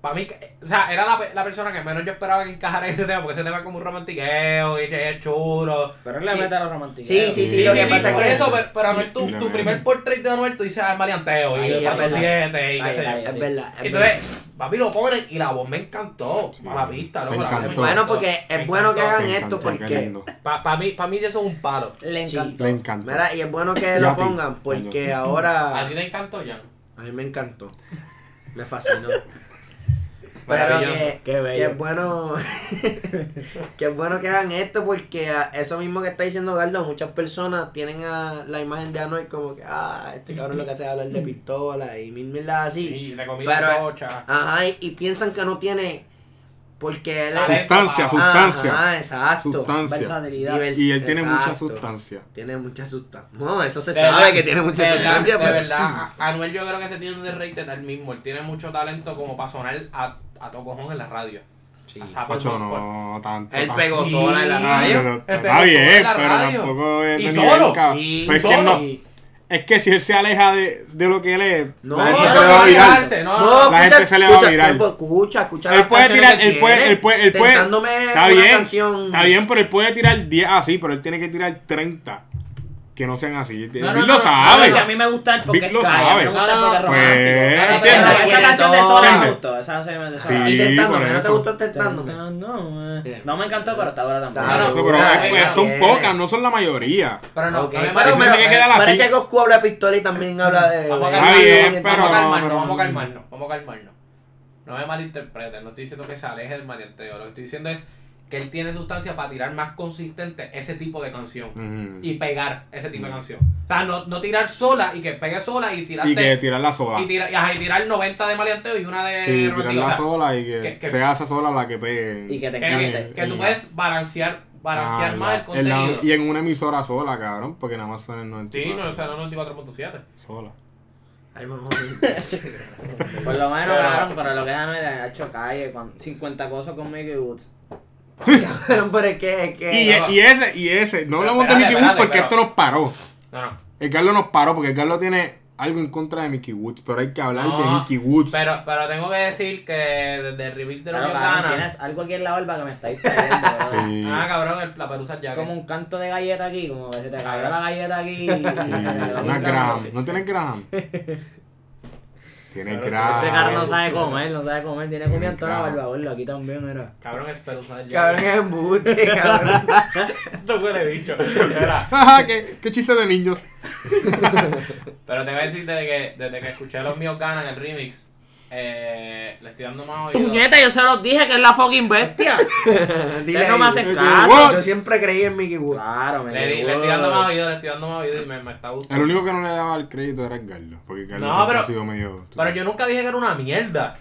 A: Para mí, que- o sea, era la, pe- la persona que menos yo esperaba que encajara en este tema, porque ese tema es como un romantiqueo, y es chulo.
B: Pero él le
A: Y-
B: mete a los románticos.
C: Sí, sí, sí, lo que pasa es
A: por
C: que-
A: eso, pero, pero Anuel, tu,
D: Le
A: tu
D: mete.
A: primer portrait de Anuel, tú dices, ah, es maleanteo, y
C: Ay,
A: de
C: es verdad.
A: 7, y qué
B: Ay,
A: sé yo.
B: ay,
C: Es verdad. es
A: Entonces,
C: verdad.
A: papi lo ponen y la voz me encantó. Para la pista, loco. la
D: Me
A: voz me
D: encantó.
C: Bueno, porque
A: Me
C: es bueno que
A: encantó.
C: hagan
D: Te
C: esto
D: encantó, qué
C: porque.
D: lindo.
A: Para mí, pa' mí eso es un palo.
B: Le
C: Sí.
B: encantó.
D: Le encantó.
C: Mira, y es bueno que
D: Y
C: lo
D: a ti,
C: pongan porque
D: coño.
A: A
C: ahora.
A: ti te encantó, Jan.
C: A mí me encantó. Me fascinó. Pero que,
B: Qué bello.
C: que es bueno que es bueno que hagan esto porque a- eso mismo que está diciendo Gardo, muchas personas tienen a la imagen de Anuel como que, ah, este cabrón lo que hace es hablar de pistola y mil mierdas así.
A: Y te comí
C: Pero-
A: la chocha.
C: Ajá, y, y piensan que no tiene porque él es...
A: Talento,
D: Sustancia,
A: papá.
D: sustancia.
C: Ajá, exacto.
D: Sustancia.
B: Versatilidad.
C: Divers-
D: Y él tiene mucha
C: exacto.
D: sustancia.
C: Tiene mucha sustancia. No, eso se
A: De
C: sabe
A: verdad,
C: que tiene mucha pues.
A: de verdad,
C: sustancia,
A: De
C: pero-
A: verdad, a- Anuel yo creo que se tiene un derrate del mismo. Él tiene mucho talento como para sonar a, a tocojón en la radio.
C: Sí.
A: O sea, por-
D: Pacho,
A: por-
D: no tanto.
C: Él
D: tanto.
C: pegó
A: Sí.
C: sola en la radio.
D: Pero
A: Él
D: Está
A: pegó
D: bien,
A: solo en la
D: pero
A: radio.
D: tampoco es
A: Y
D: de
A: solo.
D: nivel, cabrón.
C: Sí,
D: Pero es Pues, que
A: solo.
D: no, es que si él se aleja de, de lo que él es,
C: No,
D: la gente
A: no,
D: se
A: no,
D: va a
A: no,
D: virar.
A: alejarse, no,
C: No,
D: La
C: escucha,
D: gente se le va a
C: escucha,
D: virar.
C: no, escucha, escucha
D: Él
C: las
D: puede
C: canciones
D: tirar,
C: que
D: él puede,
C: quiere,
D: él puede, él puede.
C: tentándome
D: Está
C: una
D: bien,
C: canción.
D: está bien, pero él puede tirar 10 así, pero él tiene que tirar 30 que no sean así. Él
A: no, no,
D: lo
A: no,
D: sabe.
B: No, si a mí me gusta el porque
D: Vic
B: es
D: lo
B: calle, a mí me
D: sabe.
B: gusta el
A: No,
B: porque es
A: no,
B: romántico.
D: pues,
B: Pero-
D: ¿entiendes?
B: pero esa
C: Quiere
B: canción de Soda me
D: todo.
B: gustó, esa canción de
D: Sí,
B: Soda.
C: Y tentándome,
D: por
C: ¿no te
D: eso.
C: gustó tentándome?
B: Tan, tan, no, No me encantó, pero está buena
C: Está
D: Claro,
B: tampoco.
C: bien.
D: eso, pero
C: Ah,
D: es-
C: está
D: son
C: bien.
D: pocas, no son la mayoría.
A: Pero no,
C: Ok,
A: no me
C: pero,
A: parece-
D: Eso tiene que quedar así.
C: Parece que Goku habla de pistola y también habla de.
A: Vamos a
C: de-
A: calmarnos,
D: bien,
C: de-
D: pero-
A: vamos a calmarnos,
D: pero-
A: vamos a calmarnos, vamos a calmarnos. No me malinterpreten, no estoy diciendo que se aleje del maleanteo, lo que estoy diciendo es que él tiene sustancia para tirar más consistente ese tipo de canción.
D: Ujú.
A: y pegar ese tipo de canción. O sea, no, no tirar sola y que pegue sola y tirarte.
D: Mm. Y que tirarla sola.
A: y tira- y, ajá, y tirar 90 de maleanteo y una de
D: Sí,
A: romántico. O
D: tirarla
A: sea,
D: sola y que, Eh,
A: que- que-
D: sea esa sola la que pegue.
B: Y que te
A: que-
B: encante.
A: que, tú puedes balancear, balancear
D: Ah,
A: más el
D: en la-
A: contenido.
D: y en una emisora sola, cabrón, porque nada más son el
A: Sí,
D: 94.
A: no, o sea, no 94.7.
D: Sola.
C: Ay, mamá.
B: Por lo menos,
A: Pero-
B: cabrón, pero lo que no era hecho calle, con 50 cosas con Mickey Woods.
C: Cabrón, pero es que. es que-
D: Y, y ese, y ese, eh, no hablamos
A: espérate,
D: de Mickey Mouse
A: espérate,
D: porque
A: pero-
D: esto nos paró.
A: No, no.
D: El Carlos nos paró porque el Carlos tiene algo en contra de Mickey Woods, pero hay que hablar de
A: No,
D: Mickey Woods.
A: Pero, pero tengo que decir que desde el remix de los
B: Claro, cabrón,
A: Bandana-
B: tienes algo aquí en la barba que me estáis trayendo, bro.
D: Sí.
A: Ah, cabrón, el- la perusa ya.
B: Es como un canto de galleta aquí, como que se te cayó la galleta aquí.
D: Sí, una Graham. ¿No tienes Graham? Tiene
A: Claro,
D: Graham.
B: Este
A: Ah,
B: carro no
A: me
B: sabe comer, no sabe comer, tiene comida en toda la
D: Claro.
B: barba, boludo, aquí también era.
A: Cabrón, es perusa ya.
C: Cabrón, es embuste, cabrón.
A: Esto huele bicho. Mira,
D: Ajá, qué, qué chiste de niños.
A: pero te voy a decir desde que, desde que escuché a los míos ganan el remix, eh, le estoy dando más oído.
B: Puñeta, yo se los dije que es la fucking bestia.
C: Dile
B: no me
C: ahí.
B: hacen
D: caso.
C: Yo siempre creí en Mickey Woods.
B: claro, me
A: Le, di- le estoy dando más oído, le estoy dando más oído y me, me está gustando.
D: El único que no le daba el crédito era el Carlos. Porque Carlos
A: No,
D: siempre
A: pero-
D: ha sido medio. tú
A: Pero
D: sabes.
A: yo nunca dije que era una mierda.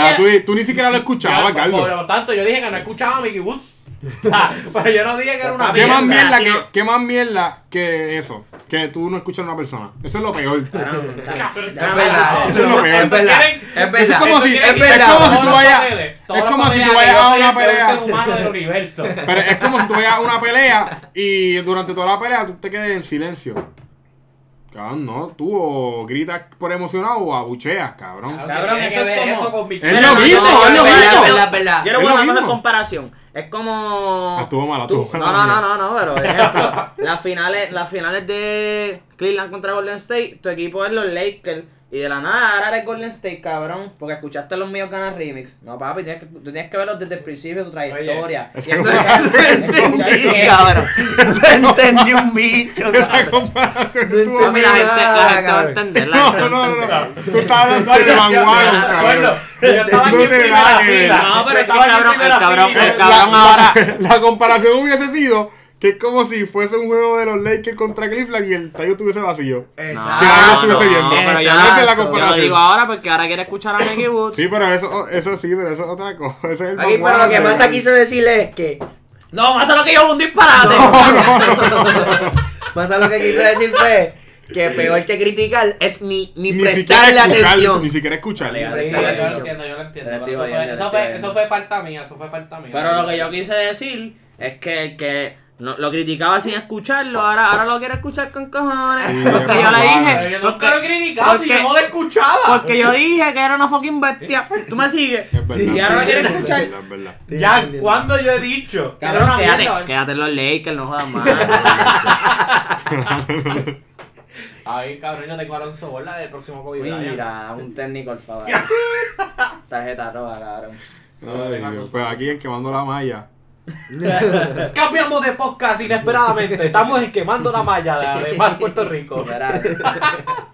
D: Ah, tú, tú ni siquiera lo escuchabas,
A: Ya, por,
D: Carlos.
A: por lo tanto, yo dije que no escuchaba a Mickey Woods. O sea, pero yo no dije que era una
D: ¿Qué
A: mierda.
D: más,
B: O sea,
D: mierda
B: si
D: que,
B: no-
D: ¿Qué más mierda que eso? Que tú no escuchas a una persona. Eso es lo peor.
C: Es
B: Cabrón,
C: verdad,
D: Eso es lo peor.
C: es verdad, es verdad.
D: Eso es como si,
A: Esto quiere
D: es,
C: es
A: decir
C: verdad,
D: como si
A: todos
D: tú
A: los
D: vayas,
A: papeles, todos
D: es
A: los
D: como si
A: papeles
D: tú
A: que
D: vayas
A: yo
D: a
A: soy
D: una
A: el peor
D: pelea.
A: ser humano del universo.
D: Pero es como si tú vayas a una pelea y durante toda la pelea tú te quedes en silencio. Cabrón, no, tú o gritas por emocionado o abucheas, cabrón.
B: Cabrón,
A: Tiene que
B: eso es
A: ver
B: como-
A: eso con Mickey
D: Es
A: Woods.
D: lo mismo,
B: no,
D: es lo
B: no,
C: verdad,
D: mismo.
C: verdad, verdad.
B: Yo le
D: Es
B: voy
D: lo
B: a dar una
D: mismo.
B: comparación. Es como.
D: Ah, estuvo mala, estuvo
B: No,
D: mala
B: no,
D: mía.
B: no, no, no, pero por ejemplo, las finales, las finales de Cleveland contra Golden State, tu equipo es los Lakers. Y de la nada, ahora eres Golden State, cabrón, porque escuchaste los míos ganar remix. No, papi, tienes que, tú tienes que verlos desde el principio, su trayectoria. Y
D: esa
B: entonces- eh, escuchar
C: entendí,
B: que-
C: cabrón. No entendí un bicho,
D: Esa
C: cabrón.
D: comparación
C: No
D: estuvo
B: Papi,
C: entendí
B: pues la
D: mala.
B: gente, la gente va a
C: cabrón.
B: entenderla.
D: No, no, no, no. Tú estabas hablando de
A: Yo- yo-
D: vanguardia, cabrón.
A: yo estaba aquí en
D: No tiene nada
A: primera
D: que ver.
A: fila.
B: No, pero
A: Yo
B: es que
A: estaba
B: el
A: aquí en
B: cabrón-
A: primera
B: el cabrón-
A: fila.
B: el cabrón
D: la,
B: ahora-
D: la- la comparación hubiese sido que es como si fuese un juego de los Lakers contra Cleveland y el estadio estuviese vacío. Que
C: Exacto.
D: ahora estuviese viendo.
B: pero yo
C: Exacto.
D: Esa es la
B: Yo lo digo
D: comparación.
B: ahora porque ahora quiere escuchar a Mickey Woods.
D: Sí, pero eso, oh, eso sí, pero eso es otra cosa. Ese es el
C: Aquí, pero lo
D: vanguardia.
C: que más aquí se decirle es que
B: No, más a lo que yo hago un disparate.
C: Más a lo que quise decir fue que peor que criticar es ni, ni,
D: Ni
C: prestarle
D: siquiera escuchar-
C: atención.
D: Ni siquiera escucharle.
B: Dale,
A: Sí,
C: Presta la
A: yo lo
C: atención.
A: entiendo, yo lo entiendo.
B: Te
A: pero
B: estoy
A: Eso fue,
B: oyendo,
A: eso,
B: te
A: fue,
B: estoy
A: eso fue falta mía, eso fue falta mía.
B: Pero lo que yo quise decir es que el que no- lo criticaba sin escucharlo, ahora, ahora lo quiere escuchar con cojones.
D: Sí,
B: porque yo
D: hermano,
B: le
D: vale.
A: Pero
B: dije.
A: yo nunca lo he
B: Porque,
A: criticado, si
B: porque-
A: yo no lo escuchaba.
B: porque yo dije que era una fucking bestia. Tú me sigues.
D: Es verdad.
B: y ahora lo quiere
D: Es verdad,
B: escuchar.
D: Es verdad.
A: Ya, ¿cuándo yo he dicho? que era
B: Cabrón,
A: una
B: quédate,
A: mierda?
B: quédate en los Lakers, no jodas más.
A: Ay, cabrón, yo tengo a Alonso Bola del próximo Kobe Bryant.
B: Mira, un técnico, por favor. Tarjeta roja, cabrón.
A: No,
D: Ay,
A: no, no.
D: Pues aquí en quemando la malla.
A: Cambiamos de podcast inesperadamente. Estamos en quemando la malla de, de más Puerto Rico.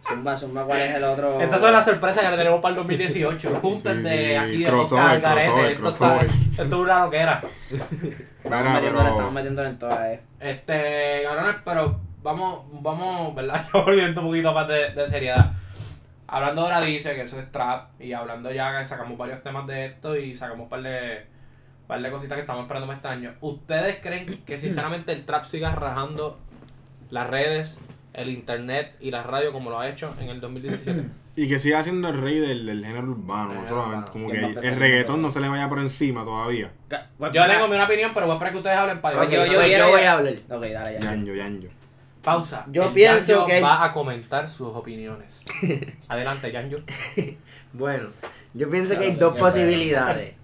B: Zumba, zumba, ¿cuál es el otro?
A: Estas son las sorpresas que le tenemos para el 2018. Juntas
D: Sí,
A: de aquí de
D: crossover,
A: Podcast al Garete.
D: crossover,
A: Esto, está,
D: crossover.
A: esto es una loquera.
D: Mira, pero-
B: metiéndole en todas, eh.
A: Este, cabrones, pero vamos, vamos, ¿verdad? Ya volviendo un poquito más de, de seriedad. Hablando ahora dice que eso es trap. Y hablando ya que sacamos varios temas de esto y sacamos un par de, par de cositas que estamos esperando para este año. ¿Ustedes creen que sinceramente el trap siga rajando las redes, el internet y la radio como lo ha hecho en el 2017?
D: Y que siga siendo el rey del, del género urbano,
A: Género
D: solamente.
A: urbano.
D: Como
B: ¿Quién
D: que
B: va a empezar?
D: el
B: ¿Quién va a
D: reggaetón no
B: empezar?
D: se le vaya por encima todavía.
B: pues,
A: Yo tengo mi opinión, pero voy a esperar que ustedes hablen para
B: Ok,
C: Pues
B: yo-
C: yo,
B: yo quiero-
C: voy a hablar.
B: Ok, dale, ya.
D: Yanjo, yanjo.
A: Pausa.
C: Yo
A: El
C: pienso
A: Yanjo
C: que-
A: va a comentar sus opiniones. Adelante, Yanjo.
C: Bueno, yo pienso que
B: Claro,
C: hay
B: tenía que
C: dos
B: ver.
C: posibilidades.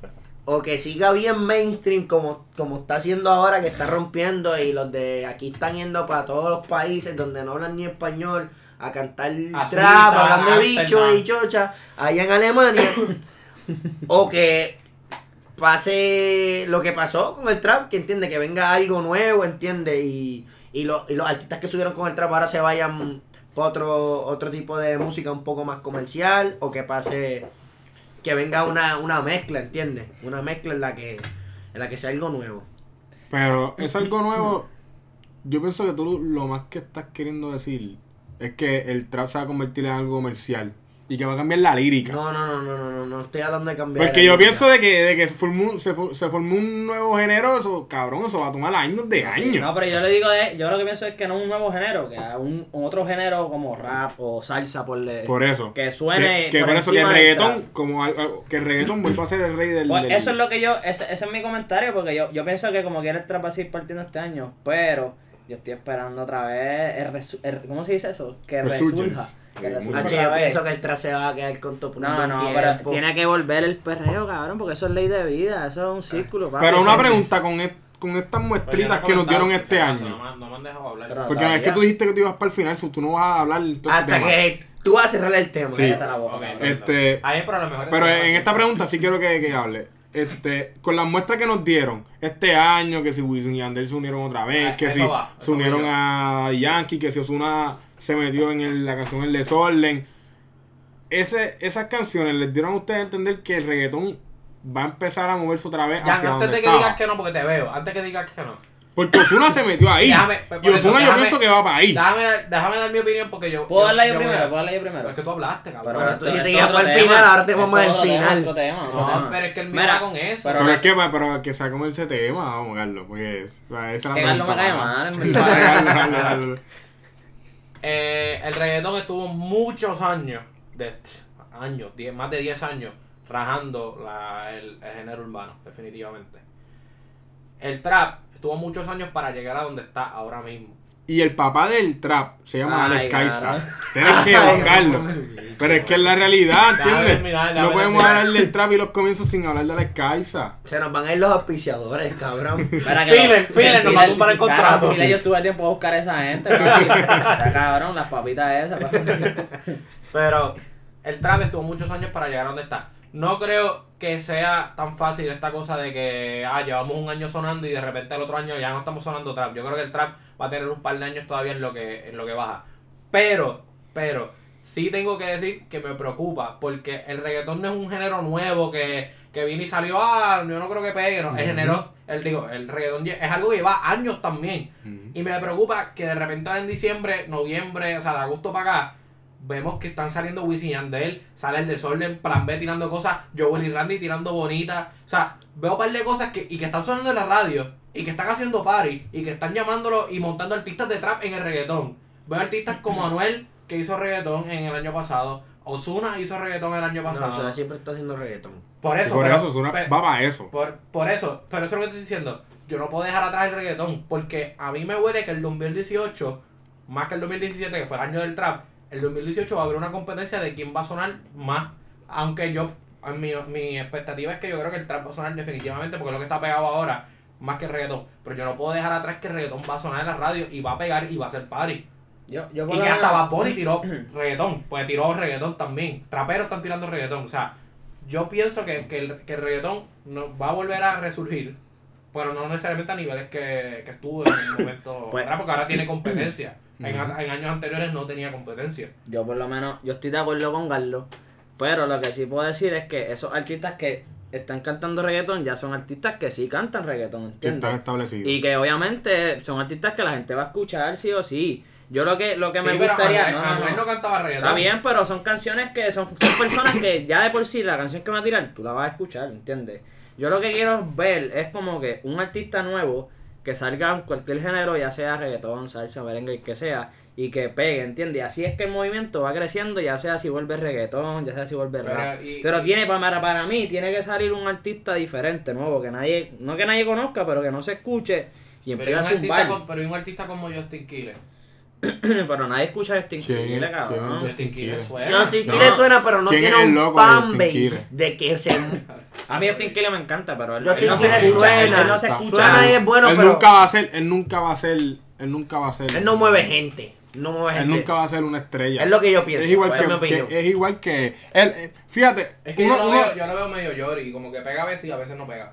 C: O que siga bien mainstream como, como está haciendo ahora, que está rompiendo y los de aquí están yendo para todos los países donde no hablan ni español a cantar
A: A
C: trap,
A: Suiza,
C: hablando
A: a
C: de bichos
A: Amsterdam.
C: y chocha allá en Alemania. o que pase lo que pasó con el trap, que entiende, que venga algo nuevo, entiende, y, y, lo- y los artistas que subieron con el trap ahora se vayan para otro, otro tipo de música un poco más comercial, o que pase, que venga una, una mezcla, entiende, una mezcla en la que en la que sea algo nuevo.
D: Pero es algo nuevo. Yo pienso que tú lo más que estás queriendo decir es que el trap se va a convertir en algo comercial y que va a cambiar la lírica.
C: No, no, no, no, no, no, no estoy hablando de cambiar.
D: Porque
C: la
D: yo
C: lírica.
D: pienso de que, de que se, formó, se, fu- se formó un nuevo género, eso, cabrón, eso va a tomar años de años.
B: No, pero yo le digo, de- yo lo que pienso es que no un nuevo género, que un, un otro género como rap o salsa, por le,
D: por eso.
B: que suene.
D: Que, que por, eso que el
B: encima del
D: reggaetón,
B: trap.
D: como al- al- que el reggaetón vuelva a ser el rey del.
B: Pues
D: del-
B: eso es lo que yo, ese, ese es mi comentario, porque yo, yo pienso que como quiera el trap va a seguir partiendo este año, pero Yo estoy esperando otra vez. El resu- el- ¿Cómo se dice eso? Que
D: Resurgence.
B: resurja. Que
D: Sí,
B: resurja
D: muy
C: Hacho,
B: otra
C: yo
B: vez.
C: pienso que el tras se va a quedar corto por un
B: No,
C: buen
B: no,
C: tiempo.
B: pero tiene que volver el perreo, cabrón, porque eso es ley de vida, eso es un círculo, papi.
D: Pero una pregunta con, est- con estas
A: Pero Pues, yo no
D: muestritas
A: he
D: que nos dieron
A: comentado,
D: este
A: por si acaso, No
D: año.
A: me, han- no me han dejado hablar.
B: Pero-
D: Porque es que
B: todavía.
D: tú dijiste que tú ibas para el final, so tú no vas a hablar. entonces,
C: Hasta
D: de más.
C: que tú vas a cerrar el tema.
D: Sí.
B: Cállate la boca,
A: Ok,
B: cabrón.
D: Este,
A: Ahí, pero a lo mejor.
D: Pero
A: ese
D: en
A: tema
D: esta
A: sí.
D: pregunta sí quiero que, que hable. Este, con las muestras que nos dieron este año, que si Wisin y Yandel se unieron otra vez,
A: Ah,
D: que
A: eso
D: si
A: va, eso
D: se unieron
A: voy yo.
D: a Yankee, que si Osuna se metió en el- la canción El Desorden. Ese, esas canciones les dieron a ustedes a entender que el reggaetón va a empezar a moverse otra vez
A: Ya,
D: hacia
A: antes
D: donde
A: de que
D: estaba.
A: digas que no, porque te veo. Antes que digas que no.
D: Porque Osuna se metió ahí.
A: Déjame, pues,
D: y
A: por eso,
D: Osuna yo
A: déjame-
D: pienso que va para ahí.
A: Déjame, dar- déjame dar mi opinión porque yo.
B: ¿Puedo darla yo,
A: voy a-
B: primero? ¿Puedo darla yo primero?
A: Ah, Pero es que tú hablaste, cabrón.
C: Pero
B: esto-
C: tú dijiste
B: esto
C: que
B: es otro
C: para el
B: tema.
C: final, ahora te
B: Esto
C: vamos
B: es
C: al
B: otro tema,
C: final.
B: otro tema, otro
A: No,
B: tema.
A: pero es que el mío
B: Mira,
A: va con eso.
B: Pero,
D: Pero es que, pa- pero que sacó ese tema, vamos, Carlos, porque es- o sea, esa es la
B: Que Carlos me
D: pregunta,
B: cae
D: ¿no?
B: mal, en verdad.
D: Carlos, Carlos, Carlos.
A: Eh, el reggaetón estuvo muchos años, de, años, diez- más de 10 años, rajando la- el, el género urbano, definitivamente. El trap estuvo muchos años para llegar a donde está ahora mismo.
D: Y el papá del trap se llama
B: Ay,
D: Alex
B: claro.
D: Caiza. Tienes que buscarlo. Pero es que es la realidad,
A: Déjame
D: ¿entiendes?
A: terminar, déjame
D: No podemos
A: terminar.
D: hablar del trap y los comienzos sin hablar de Alex Caiza.
C: Se nos van a ir los auspiciadores, cabrón.
B: Espera que
A: Filen,
B: lo-
A: filen,
B: que
A: nos va a tumbar el
B: claro,
A: contrato.
B: Filen, yo tuve tiempo a buscar a esa gente. papi. Está cabrón, las papitas esas. papi.
A: Pero el trap estuvo muchos años para llegar a donde está. No creo que sea tan fácil esta cosa de que ah, llevamos un año sonando y de repente al otro año ya no estamos sonando trap. Yo creo que el trap va a tener un par de años todavía en lo que, en lo que baja. Pero, pero, sí tengo que decir que me preocupa porque el reggaetón no es un género nuevo que, que vino y salió, ah, yo no creo que pegue. no. El género, el, digo, el reggaetón lle- es algo que lleva años también. Y me preocupa que de repente ahora en diciembre, noviembre, o sea, de agosto para acá, vemos que están saliendo Wisin y Yandel, sale el desorden, Plan B tirando cosas, Joel y Randy tirando bonitas. O sea, veo un par de cosas que, y que están sonando en la radio, y que están haciendo party, y que están llamándolo y montando artistas de trap en el reggaetón. Veo artistas como Anuel, que hizo reggaetón en el año pasado. Osuna hizo reggaetón el año
C: No,
A: pasado.
C: Ozuna siempre está haciendo reggaetón.
A: por eso,
D: Por
A: pero-
D: eso, es una,
A: pe-
D: va para eso.
A: por, por eso, pero eso es lo que estoy diciendo. Yo no puedo dejar atrás el reggaetón, porque a mí me huele que el 2018, más que el 2017, que fue el año del trap, el 2018 va a haber una competencia de quién va a sonar más. Aunque yo, a mi, mi expectativa es que yo creo que el trap va a sonar definitivamente, porque es lo que está pegado ahora, más que el reggaetón. Pero yo no puedo dejar atrás que el reggaetón va a sonar en la radio y va a pegar y va a ser party.
B: Yo, yo por
A: Y
B: lo
A: que hasta
B: menos-
A: Bad Bunny tiró reggaetón, pues tiró reggaetón también. Traperos están tirando reggaetón. O sea, yo pienso que, que el, que el reggaetón no, va a volver a resurgir, pero no necesariamente a niveles que, que estuvo en el momento.
B: Pues-
A: atrás, porque ahora tiene competencia. En, a- en años anteriores no tenía competencia.
B: Yo por lo menos, yo estoy de acuerdo con Carlos, pero lo que sí puedo decir es que esos artistas que están cantando reggaetón ya son artistas que sí cantan reggaetón,
D: Que
B: ¿entiendes?
D: están establecidos.
B: y que obviamente son artistas que la gente va a escuchar sí o sí. Yo lo que lo que
A: Sí,
B: me
A: pero
B: gustaría,
A: Anuel-
B: no, no, no.
A: Anuel no cantaba reggaetón.
B: Está bien, pero son canciones que son, son personas que ya de por sí la canción que va a tirar tú la vas a escuchar, ¿entiendes? Yo lo que quiero ver es como que un artista nuevo que salga en cualquier género, ya sea reggaetón, salsa, merengue, el que sea, y que pegue, ¿entiendes? Y así es que el movimiento va creciendo, ya sea si vuelve reggaetón, ya sea si vuelve
A: Pero,
B: rap.
A: y-
B: pero
A: y-
B: tiene, para, para mí, tiene que salir un artista diferente, nuevo, que nadie, no que nadie conozca, pero que no se escuche y
A: Pero y un,
B: empiece a
A: artista
B: zumbar.
A: con- pero y un artista como Justin Quiles.
B: pero nadie escucha este
D: ¿Quién es?
B: increíble, cabrón.
D: ¿Quién?
A: Justin Quiles
D: Quiles.
A: suena.
C: No, si
D: No.
C: quiere suena, pero no
D: ¿Quién
C: tiene
D: es el
C: un
D: loco de Justin
C: fanbase
D: Quiles?
C: de que se.
B: A mí Justin Quiles me encanta, pero él,
C: Justin
B: él no se
C: Quiles
B: escucha, él-
C: suena,
B: él no se escucha.
C: Suena y es bueno,
D: él
C: pero.
D: nunca va a ser, él nunca va a ser, él nunca va a ser.
C: Él no mueve gente. No mueve
D: Él
C: gente.
D: nunca va a ser una estrella.
C: Es lo que yo pienso.
D: Es igual
C: es mi
D: que,
C: opinión.
D: que- es igual que él, eh, fíjate,
A: Es que
D: uno-
A: yo, lo
D: uno-
A: veo, yo lo veo medio llori, como que pega a veces y a veces no pega.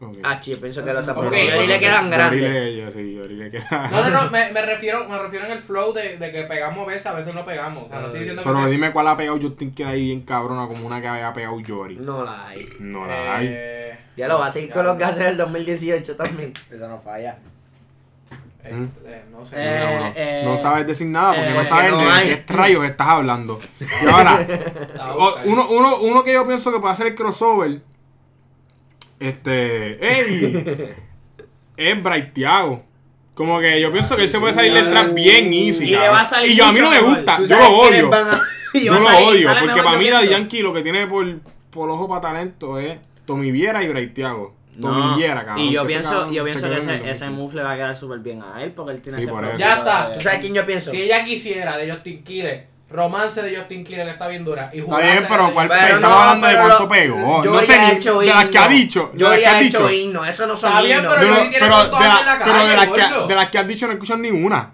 D: Ok.
C: Ah, sí, yo pienso que los
A: Ok,
C: zapatos
A: porque
C: de Yori le
A: yo-
C: quedan grandes.
D: Yori le- yo- sí, Yori le queda-
A: No, no, no, me, me refiero, me refiero en el flow de, de que pegamos a veces, a veces no pegamos. O sea, no estoy diciendo que
D: Pero
A: sea-
D: dime cuál ha pegado Justin que ahí bien cabrona, como una que había pegado Yori.
C: No la hay.
D: No la hay.
A: Eh,
C: Ya lo va a seguir
A: ya,
C: con los
A: ya.
C: gases del 2018 también.
B: Eso no falla.
A: Eh,
D: ¿Mm?
A: eh, no sé.
B: Eh,
D: Mira, bro,
B: eh,
D: no sabes decir nada porque
B: eh,
D: no sabes
C: no
D: de
C: hay.
D: qué rayos estás hablando. Y ahora,
A: La
D: o-
A: boca. eh.
D: uno, uno, uno que yo pienso que puede hacer el crossover, este, ey, es Bright Thiago. Como que yo pienso que él se puede salir del trap bien
B: Ah,
D: easy.
B: Y le
D: cabrón.
B: va a salir
D: y yo a mí
B: mucho
D: no me
B: mejor.
D: gusta,
C: ¿Tú
D: yo
C: sabes
D: lo
C: quiénes
D: odio.
C: van a-
B: Y
D: Yo
B: va a
D: lo
B: salir-
D: odio,
B: sale
D: porque
B: mejor,
D: para
B: yo
D: mí Daddy
B: pienso.
D: Yankee lo que tiene por, por ojo para talento es Tommy Viera y Bray Thiago. tobillera, cabrón,
B: y yo
D: que ese
B: pienso,
D: cabrón
B: yo
D: se
B: pienso
D: quedó
B: que
D: en el
B: ese,
D: 2005.
B: ese move le va a quedar súper bien a él porque él tiene
D: Sí,
B: ese
D: por
B: flow
D: eso.
A: Ya está.
B: de-
C: ¿Tú sabes quién yo pienso?
A: Si ella quisiera de Justin Quiles, romance de Justin Quiles que está bien dura. Y
D: Está bien,
A: jugarla
D: pero
A: de-
D: ¿cuál
C: Pero
D: pero
C: no,
D: hablando de
C: pero
D: cuánto
C: lo-
D: pegó?
C: yo
D: no sé
C: ya he
D: ni-
C: hecho
D: de las que ha
C: himno.
D: dicho. De
C: Yo
D: las que
C: ya
D: ha
C: he hecho
D: dicho.
C: himno, eso no son
A: Está bien,
C: himnos.
D: De
A: Pero
D: lo-
A: él tiene
D: pero
A: tantos
D: de
A: años en la
D: la- pero de las
A: calle,
D: que
A: gordo.
D: de las que has dicho no he escuchado ni una.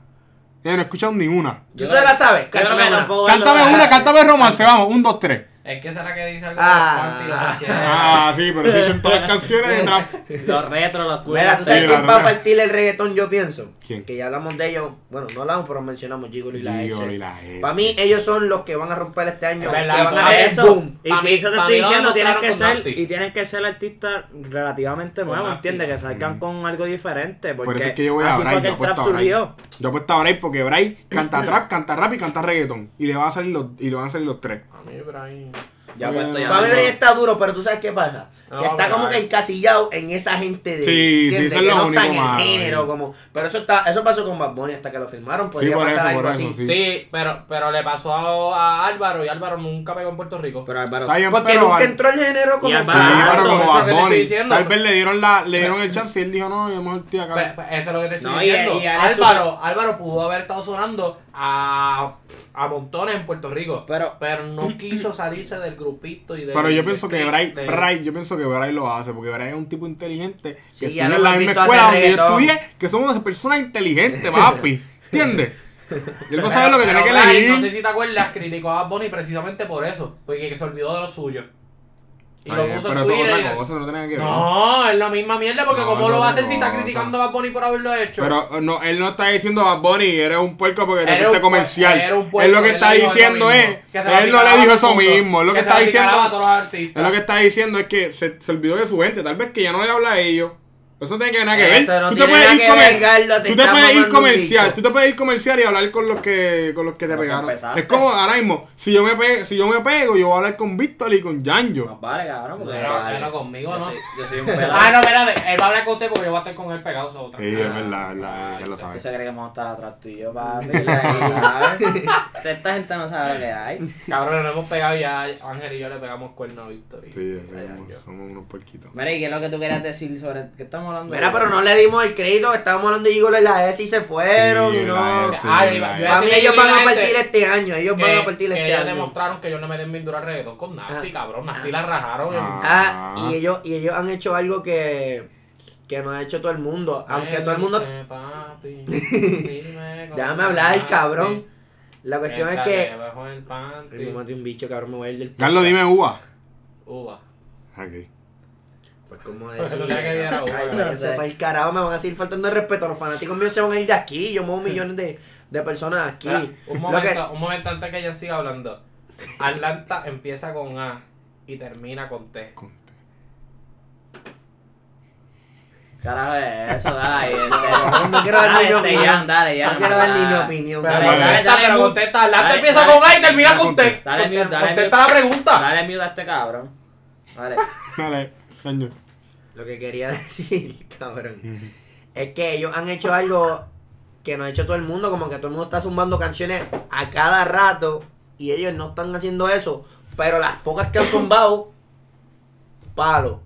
D: Eh, No he escuchado ni una.
C: ¿Tú te la sabes?
B: Yo creo
C: Cántame
B: que
C: una.
B: tampoco él lo va
D: Cántame
B: a-
D: una, cántame romance, vamos, un, dos, tres.
A: Es que esa es la que dice algo
C: Ah.
A: de los panties, lo que sea.
D: Ah, sí, pero sí son todas las canciones de trap.
B: Los retros, los cuernos.
C: Mira, ¿tú sabes quién
D: Sí, claro,
C: va a
D: claro.
C: partir el reggaetón, yo pienso?
D: ¿Quién?
C: Que ya hablamos de ellos. Bueno, no hablamos, pero mencionamos Gigolo y la
D: Gigolo y
C: S.
D: la S.
C: Para mí, ellos son los que van a romper este año.
A: Es
C: Que
A: verdad,
C: van a
A: por
C: hacer el
B: eso,
C: boom.
B: Y
A: Pa' mí-
B: eso te
A: pa'
B: estoy
A: mí lo
B: diciendo, tienes que
A: demostraron con
B: ser,
A: Nati.
B: y tienen que ser artistas relativamente
A: Con
B: nuevos,
A: Nati.
B: ¿entiendes? Que salgan con algo diferente. Porque
D: Mm. Por eso es que yo voy a
B: así fue
D: Bray,
B: que
D: yo
B: el trap
D: apuesto a Bray.
B: surgió.
D: Yo apuesto a Bray porque Bray canta trap, canta rap y canta reggaeton. Y le va a salir los, y le van a salir los tres.
A: A mí, Brian.
B: Ya pues,
D: Eh,
B: puesto ya.
D: pa'
C: Para mí
B: no-
C: Bray está duro, pero tú sabes qué pasa.
A: No,
C: que está
A: pero
C: como que
A: hay-
C: encasillado en esa gente de
D: Sí,
C: ¿entiendes?
D: sí, eso es
C: que
D: lo
C: no
D: único
C: está en el
D: malo,
C: género,
D: eh.
C: como. Pero eso está, eso pasó con Bad Bunny hasta que lo firmaron, podría
D: por
C: pasar
D: eso,
C: algo
D: por
C: así.
D: eso,
A: Sí, pero, pero le pasó a, a Álvaro y Álvaro nunca pegó en Puerto Rico.
B: Pero
D: Está
B: Álvaro,
D: bien,
C: Porque
D: pero
C: nunca
D: al-
C: entró el género como
B: Y al
D: Sí,
B: Exacto,
D: pero como
A: eso es lo que
D: Bad
A: te estoy
D: Bunny,
A: diciendo.
D: Tal vez le dieron, la, le dieron el chance y él dijo, no, yo mejor estoy acá.
A: Pe- pe- Pues, eso es lo que te estoy
B: No, y-
A: diciendo.
B: y él es
A: Álvaro, Álvaro pudo haber estado sonando a, a montones en Puerto Rico.
B: Pero-
A: pero no quiso salirse del grupito y del-
D: Pero yo
A: del
D: pienso que
A: stage
D: Bray,
A: de-
D: Bray- yo pienso que Bray lo hace, porque Bray es un tipo inteligente que
C: Sí,
D: estudia
C: ya lo
D: en la
C: hemos
D: misma
C: visto
D: escuela
C: hacer
D: donde yo
C: reggaetón.
D: estudié, que somos personas inteligentes, papi. ¿Entiendes? Y él va a saber lo que
A: Pero
D: tiene que
A: Bray,
D: leer.
A: No sé si te acuerdas, criticó a Bad Bunny precisamente por eso. Porque que se olvidó de lo suyo. Y
D: Ay,
A: lo puso
D: pero
A: en
D: eso es
A: Twitter.
D: otra
A: y-
D: cosa, no tiene nada que ver.
A: No, es la misma mierda porque
D: No,
A: como
D: es
A: lo va a
D: otra
A: hacer si está
D: cosa.
A: criticando a Bad Bunny por haberlo hecho.
D: Pero eh, no, él no está diciendo Bad Bunny, eres un puerco porque te
A: Eres
D: fuiste
A: un puer-
D: comercial.
A: eres un
D: él
A: puerco,
D: lo que
A: él
D: está
A: le dijo eso
D: diciendo
A: mismo.
D: es,
A: Que se la
D: él no le
A: acicalaba
D: dijo
A: a
D: eso
A: todo el mundo,
D: mismo. Él lo que,
A: que se
D: está
A: la
D: diciendo,
A: acicalaba a todos los artistas.
D: él lo que está diciendo es que se, se olvidó de su gente. Tal vez que ya no le habla a ellos. Eso no tiene que nada que ver.
C: Eso no
D: tú te
C: tiene
D: puedes
C: nada
D: ir
C: que
D: comer-
C: ver, Gardo, te
D: tú te
C: estás
D: puedes ir
C: mamando un
D: comercial,
C: bicho.
D: tú te puedes ir comercial y hablar con los que con los que te
B: Con los que
D: pegaron.
B: empezaste.
D: Es como ahora mismo, si yo me pego, si yo me pego, yo voy a hablar con Víctor y con Yanjo.
B: más vale, cabrón. porque-
A: Pero,
C: Vale.
A: pero conmigo
B: Yo
A: no.
B: soy- yo soy un
A: Ah,
B: pelado.
A: no, espérate. Él va a hablar con usted porque yo voy a estar con él pegado. eso otra.
D: Sí, es verdad, verdad, ya
C: este
D: lo
B: Usted
D: sabes.
B: se cree que vamos a estar atrás tú y yo, papi. ¿sabes? Esta gente no sabe lo que hay.
A: Cabrón, nos hemos pegado ya. Ángel y yo le pegamos cuerno a Víctor. y-
D: Sí, sí,
A: y a
D: somos,
A: Yanjo.
D: somos unos puerquitos.
B: Mira, ¿y qué es lo que tú querías decir sobre qué estamos hablando?
C: Mira, pero no le dimos el crédito, estábamos hablando de Gigolo y la S y se fueron.
D: Sí,
C: y
D: la E.
C: no.
D: S.
A: Ah, yo iba- yo iba
C: Para
A: a
C: mí
A: decir
C: ellos
A: que
C: van a
A: Lil Nas
C: partir
A: es-
C: este año, ellos
A: que-
C: van a partir
A: que
C: este
A: ellos
C: año.
A: demostraron que ellos no me den bien duro al reggaetón con Nasty,
C: Ah.
A: cabrón. Nasty la rajaron. en-
D: Ah.
C: Ah,
D: Ah.
C: y ellos, y ellos han hecho algo que, que no ha hecho todo el mundo. Aunque todo el mundo.
A: Dime, Eh, papi, dime cómo
C: Déjame hablar,
A: papi.
C: cabrón. La cuestión es
A: Entra
C: que.
A: debajo del panty.
C: Ay, me maté un bicho, cabrón, me voy a ir del.
D: Carlos, dime uva.
A: Uva.
D: Aquí.
C: Pues como
A: Pero la que diera uva,
C: Ay,
A: cabrón.
B: No sé.
C: para el carajo, me van a seguir faltando el respeto. Los fanáticos míos se van a ir de aquí. Yo muevo millones de, de personas aquí.
A: Espera, un,
C: Lo que-
A: momento, un momento antes que ella siga hablando. Atlanta empieza con A y termina con T.
D: Conte.
B: Carajo, eso, dale.
C: no, no quiero dar
B: Dale,
C: ni
B: este,
C: mi opinión.
B: Jan, dale,
C: No
B: Jan,
C: quiero dar ni mi
B: dale.
C: opinión.
A: Pero
D: Dale,
A: contesta,
B: dale, dale,
A: pero
B: mu-
A: contesta. Atlanta
B: dale,
A: empieza
B: dale,
A: con A y termina con T.
B: dale,
A: Conte-
B: mute, dale,
A: contesta
B: mute.
A: la pregunta.
B: Dale mute a este cabrón. Dale.
D: Dale, señor.
C: Lo que quería decir, cabrón, es que ellos han hecho algo que no ha hecho todo el mundo, como que todo el mundo está zumbando canciones a cada rato y ellos no están haciendo eso, pero las pocas que han zumbado, palo,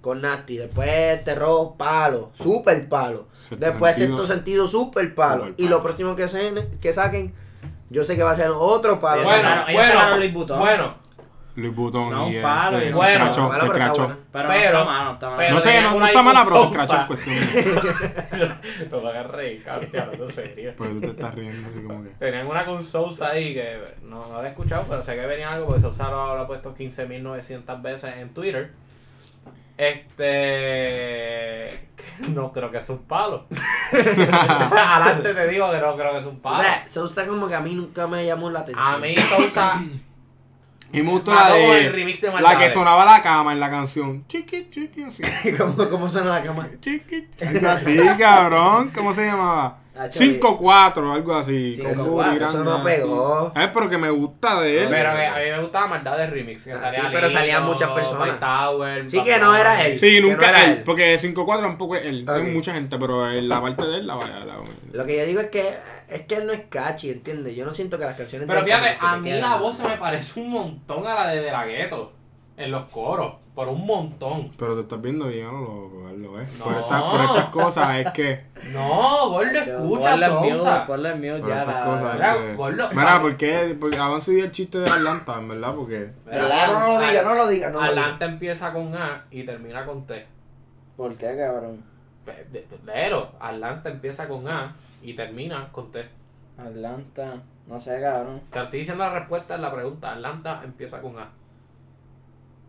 C: con Nasty, después Terror, palo, super palo,
D: Sexto
C: después
D: Sentido.
C: Sexto Sentido, super palo,
D: Super
C: y
D: palo.
C: lo próximo que, se- que saquen, yo sé que va a ser otro palo.
B: Ellos
A: Bueno,
B: sacaron- ellos sacaron Luis
A: bueno,
B: Butón.
A: bueno.
D: Luis Butón
B: No,
D: y
B: un
D: él,
B: palo,
D: sí,
B: y
D: se
A: bueno,
D: escrachó,
C: palo,
D: se
C: pero está
D: escrachó.
C: buena.
B: Pero, no
A: Pero-
B: está mal, no está mal.
A: pero-
D: No sé,
A: tenía
D: no,
A: una
D: no está mala, pero se
A: disconsolfa.
D: escrachó en cuestión.
A: Lo van a reír, cabrón, estoy hablando serio.
B: Pues-
D: Pero tú pues, te estás riendo así como que.
A: Tenían una con Sousa ahí que no, no la he escuchado, pero sé que venía algo porque Sousa lo, lo ha puesto 15.900 veces en Twitter. Este. No creo que sea un palo. Adelante te digo que no creo que sea un
C: O
A: palo.
C: sea, se usa como que a mí nunca me llamó la atención.
A: A mí Sousa.
D: Y me gustó la
A: mató con el
D: de.
A: remix de
D: La que
A: Maldades.
D: sonaba la cama en la canción. Chiqui, chiqui, así.
C: ¿Cómo, ¿Cómo suena la cama?
D: Chiqui, chiqui. Algo así, cabrón. ¿Cómo se llamaba?
B: Ah, chévere.
D: 5-4, algo así.
B: Cinco,
D: con
B: cuatro,
D: Uri
C: eso
D: Grande,
C: no pegó.
D: así. Ay, pero que me gusta de él.
A: Pero que a mí me gustaba Maldades Remix. Que
C: Ah,
A: salía
C: sí, pero salían
A: Lino,
C: muchas personas.
A: Mike Tower,
C: Sí,
A: Bad
C: que no era
A: Bunny.
C: él.
D: Sí,
C: que no
D: nunca
C: era
D: él,
C: él.
D: Porque 5-4 tampoco es él.
C: Ok.
D: Hay mucha gente, pero en la parte de él la vaya. La,
C: Lo que yo digo es que es que él no es catchy, ¿entiendes? Yo no siento que las canciones
A: Pero
C: de él
A: fíjate,
C: como que se
A: a
C: te
A: mí
C: quedan.
A: la voz se me parece un montón a la de De La Ghetto. en los coros, por un montón.
D: Pero te estás viendo bien a lo loco, Carlos, ¿eh?
A: No.
D: Por, estas, por estas cosas es que...
A: No, gordo, escucha,
B: Ponle mute,
A: Sousa.
B: Ponle mute
D: Por
B: ya.
D: estas
B: la-
D: cosas
A: Mira,
D: es que...
A: gordo,
D: Mira,
A: vamos.
D: ¿por qué? Porque Avanzo y el chiste de Atlanta, en verdad, porque...
C: No, no lo diga, no lo diga, no lo diga.
A: Atlanta empieza con A y termina con T.
B: ¿Por qué, cabrón?
A: Pe- de- de- Pero Atlanta empieza con A y termina con T.
B: Atlanta. No sé, cabrón.
A: Te estoy diciendo la respuesta a la pregunta. Atlanta empieza con A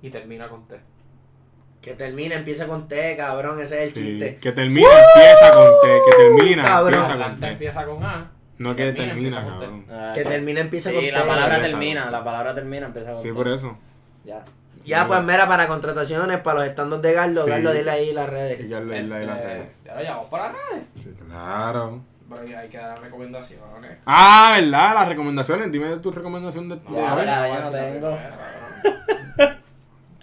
A: y termina con T.
C: Que termina, empieza con T, cabrón, ese es el
D: sí,
C: chiste.
D: que termina, empieza con T, que termina,
C: Cabrón.
D: empieza con
A: Atlanta
D: T.
A: empieza con A.
D: No que
A: Termina,
D: termina,
A: empieza con T.
D: cabrón.
B: Ah,
C: Que termina, empieza con
B: Sí,
C: T.
B: la palabra
D: Empieza
B: termina,
D: con-
B: la palabra termina, empieza con
D: Sí,
B: T.
D: por eso.
B: Ya.
C: Ya, pues mira, para contrataciones, para los estandos de Gardo,
D: Sí.
C: Gardo, dile ahí las
D: Y
C: redes.
D: ya la isla de la
A: Este,
D: red.
A: ya lo llevamos para redes.
D: Sí, claro.
A: Pero ya hay que dar recomendaciones.
D: Ah, ¿verdad? Las recomendaciones. Dime tu recomendación de...
B: Ya,
D: a ver.
B: ¿verdad? ya
A: no
B: no
A: voy a decir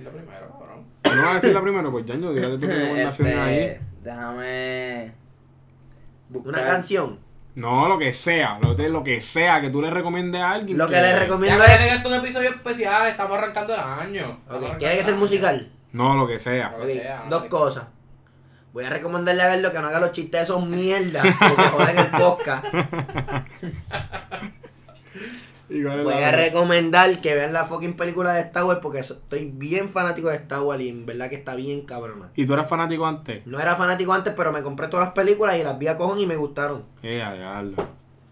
B: tengo.
A: la primera, cabrón. No voy a decir la primera, cabrón.
D: ¿No vas a decir la primera? Pues, Yaño, dígale tu recomendación
B: Este,
D: ahí.
B: Déjame. buscar-
C: Una canción.
D: No, lo que sea, lo que, lo que sea que tú le recomiendes a alguien.
C: Lo que le
A: Ya
C: recomiendo
A: que
C: es.
A: tenga esto un episodio especial, estamos arrancando el año. Estamos
C: Ok,
A: arrancando
C: tiene que ser
A: el año.
C: musical.
D: No, lo que sea.
A: Lo
C: Ok,
A: que sea,
C: dos
A: sí.
C: cosas. Voy a recomendarle a Gardo que no haga los chistes esos mierda, porque joden el podcast. Voy a recomendar que vean la fucking película de Star Wars porque so- estoy bien fanático de Star Wars y en verdad que está bien cabrona.
D: ¿Y tú eras fanático antes?
C: No era fanático antes, pero me compré todas las películas y las vi a cojón y me gustaron.
D: Eh, a diablo.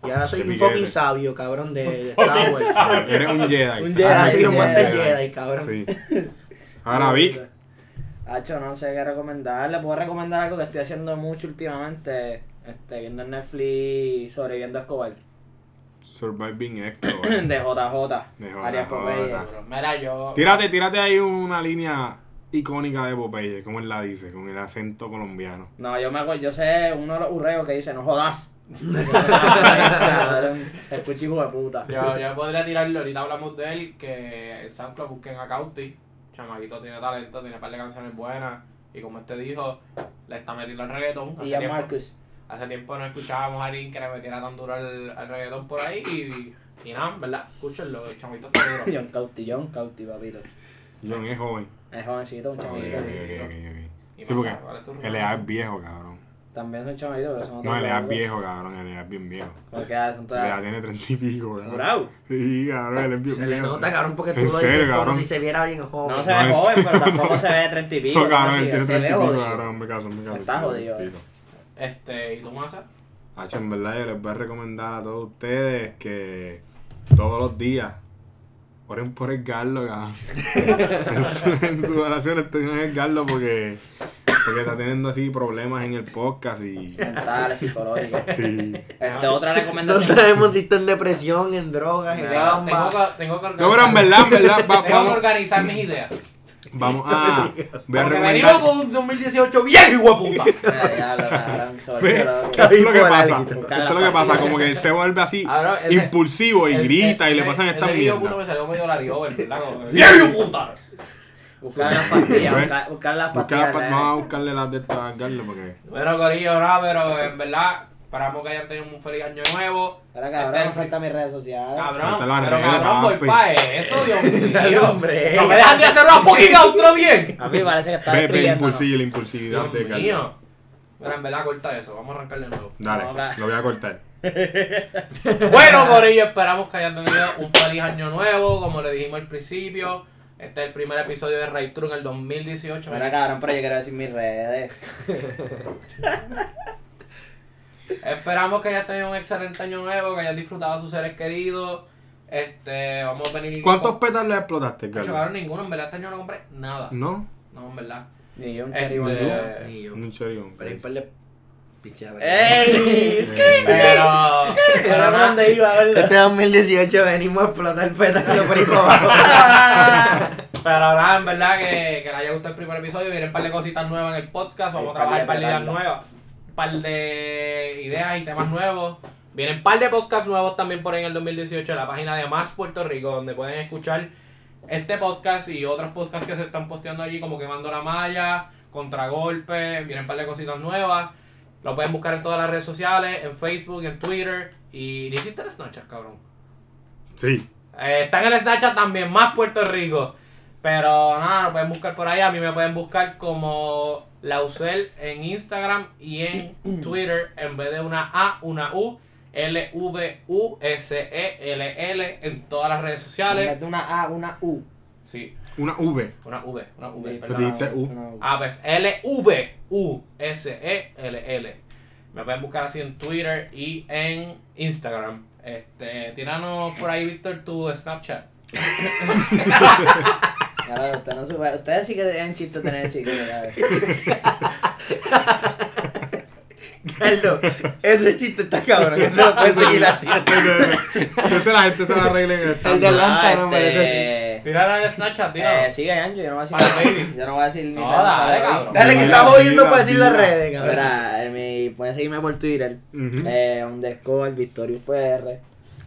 C: Y ahora soy
D: Qué
C: un
D: billete.
C: fucking sabio, cabrón, de, de Star Wars.
D: Eres un Jedi.
B: Un
C: Ahora
B: Jedi,
C: soy un
B: Jedi.
C: Master Jedi, cabrón.
D: Sí. Ahora, Vic.
B: Hacho, no sé qué recomendarle. Puedo recomendar algo que estoy haciendo mucho últimamente. Este, viendo en Netflix, sobreviviendo a Escobar.
D: Surviving Echo. eh.
B: De JJ.
D: De
B: Arias
D: JJ.
B: Popeye.
A: Mira, yo.
D: Tírate, tírate ahí una línea icónica de Popeye, como él la dice, con el acento colombiano.
B: No, yo me acuerdo, yo sé uno de los urreos que dice, no jodas. Cabrón, Escucha hijo de puta.
A: Yo, yo podría tirarle, ahorita hablamos de él, que el SoundCloud busquen a Cauti. Chamaguito tiene talento, tiene un par de canciones buenas. Y como este dijo, le está metiendo al reggaetón. Hace
B: Y a
A: tiempo-
B: Marcus.
A: Hace tiempo no escuchábamos a alguien que le metiera tan duro al, al reggaetón por ahí. Y, y nada, ¿verdad? Escúchenlo, el chamaguito está duro.
B: John Cauti, John Cauti, papito.
D: John es joven.
B: Es jovencito, un
D: Ok, ok,
B: chamaquito.
D: ok,
A: Y
D: ok, ok. Sí,
A: más,
D: porque
A: ¿cuál es tu
D: LA
A: recomendación?
D: es viejo, cabrón.
B: También son chamaquitos, pero son
D: No,
B: otros
D: LA es
B: locos.
D: viejo, cabrón. LA es bien viejo.
B: Porque ah, son
D: LA
B: todas...
D: tiene treinta y pico, cabrón.
B: Bravo.
D: Sí, cabrón, él es bien
C: Se le
D: viejo.
C: nota, cabrón, porque tú
D: En
C: lo
D: serio,
C: dices como
D: cabrón.
C: si se viera bien joven.
B: No se
D: No,
B: ve
D: es-
B: joven, pero tampoco se ve de treinta y pico.
D: No, cabrón,
B: algo así.
D: él tiene
B: Se ve
D: 30 y pico,
B: jodido.
D: cabrón, me caso, me caso.
B: Está jodido, eh.
A: Este, ¿y tú, Masa?
D: Hacho, en verdad yo les voy a recomendar a todos ustedes que todos los días oren por el Garlo, cabrón. en, su- en sus oraciones tengan el Garlo porque, porque está teniendo así problemas en el podcast y...
B: Mentales, psicológicos.
D: sí.
B: Este, otra
C: No
B: recomendación.
C: sabemos si está en depresión, en drogas, en
A: Tengo,
C: gamba.
A: que- tengo que organizar,
D: No, pero en verdad, en verdad, va-
A: tengo que
D: vamos,
A: organizar mis ideas.
D: vamos a... Voy a
A: Porque
D: recomendar...
A: venimos con un 2018 bien, hijo de puta.
B: Ya, ya, lo cabrón, se
D: Ve,
B: volvió
D: Esto
B: loco.
D: es lo que
C: Cabrón,
D: pasa,
C: ese-
D: esto es lo que pasa, como que él se vuelve así,
A: Ahora, Ah, ese-
D: impulsivo y grita y le
A: Ese-
D: pasan estas
A: Ese hijo de puta
D: mierdas.
A: me salió medio lariover, ¿verdad? Como que, ¡Bien, hijo de puta!
B: Buscar las pastillas,
D: Ve.
B: buscar, buscar las
D: Busca
B: pastillas.
D: las pa-
B: nene.
D: Vamos a
A: eh.
D: buscarle las de estas a Garlo porque...
A: Bueno, Corillo, no, pero en verdad, esperamos que hayan tenido un feliz año nuevo.
B: Ahora cabrón, me
A: Este-
B: falta mis redes sociales.
A: Cabrón,
D: Falta la
A: pero
D: regla,
A: cabrón, voy
D: papi.
A: pa' eso, Dios
C: Dale,
A: mío.
C: hombre.
A: No me dejan de hacer una fucking otro bien.
B: A mí parece que está
D: Ve, ve,
B: destruyendo.
D: impulsivo, la impulsividad
A: Dios
D: de Garlo.
A: mío. Pero en verdad, corta eso, vamos a arrancar de nuevo.
D: Dale,
B: No, da-
D: lo voy a cortar.
A: Bueno, Corillo, esperamos que hayan tenido un feliz año nuevo, como le dijimos al principio. Este es el primer episodio de Ray True en el 2018.
B: Ahora cabrón, pero yo quiero decir mis redes.
A: Esperamos que hayas tenido un excelente año nuevo, que hayas disfrutado a sus seres queridos. Este, vamos a venir.
D: ¿Cuántos
A: con-
D: petas le explotaste,
A: Nacho,
D: Carlos?
A: cabrón, ninguno, en verdad este año no compré nada.
C: Mm.
D: No,
A: No, en verdad.
B: Ni yo un
A: Este,
B: cherry bandú.
C: Ni yo.
D: un chorizo.
C: Pero hay un par de pichadas.
A: Eh.
B: ¡Ey!
D: Eh,
A: Pero.
B: Ahora
A: pero
B: por
A: nada.
B: dónde iba, ¿verdad?
C: Este 2018 venimos a explotar petardo por ahí para abajo.
A: Pero nada, en verdad que, que les haya gustado el primer episodio. Vienen un par de cositas nuevas en el podcast. Vamos a
B: Hay par
A: trabajar
B: de
A: un par de ideas nuevas. Un par de
B: petardas.
A: ideas y temas nuevos. Vienen un par de podcasts nuevos también por ahí en el 2018 en la página de Más Puerto Rico, donde pueden escuchar este podcast y otros podcasts que se están posteando allí, como Quemando la Malla, Contragolpe. Vienen un par de cositas nuevas. Lo pueden buscar en todas las redes sociales, en Facebook, en Twitter. Y ¿le hiciste las noches, cabrón.
D: Sí.
A: Eh, están en el Snapchat también, más Puerto Rico. Pero nada, lo pueden buscar por ahí. A mí me pueden buscar como Lausel en Instagram y en Twitter. En vez de una A, una U. L-V-U-S-E-L-L E en todas las redes sociales.
B: de una A, una U.
A: Sí,
D: Una V.
A: una V, una V,
B: Sí,
D: Pero
A: perdón.
D: dijiste U.
B: una U.
A: Ah, pues L-V-U-S-E-L-L. E Me pueden buscar así en Twitter y en Instagram. Este, tíranos por ahí, Víctor, tu Snapchat.
B: Claro, usted no supe- Ustedes sí que tenían chiste tener chicos.
C: Carlos, ese chiste está cabrón. Eso lo puedes seguir haciendo.
D: Entonces la gente se la arregla en el
C: El de
D: stand.
C: Atlanta
A: Ah,
C: no
A: este.
C: merece
A: Tíranos el Snapchat,
B: Ah, Eh,
A: tíranos.
B: sigue, Anjo, yo no voy a decir
A: Para Ladies.
B: Yo no voy a decir ni
A: No,
B: nada,
A: dale,
B: ¿sabes?
A: cabrón.
C: Dale que
D: Dila,
C: estamos oyendo
D: dila,
C: para decir las
D: dila.
C: redes, cabrón.
B: Mira, eh, mi- pueden seguirme por Twitter,
D: Ujú.
B: eh, underscore Victorio PR.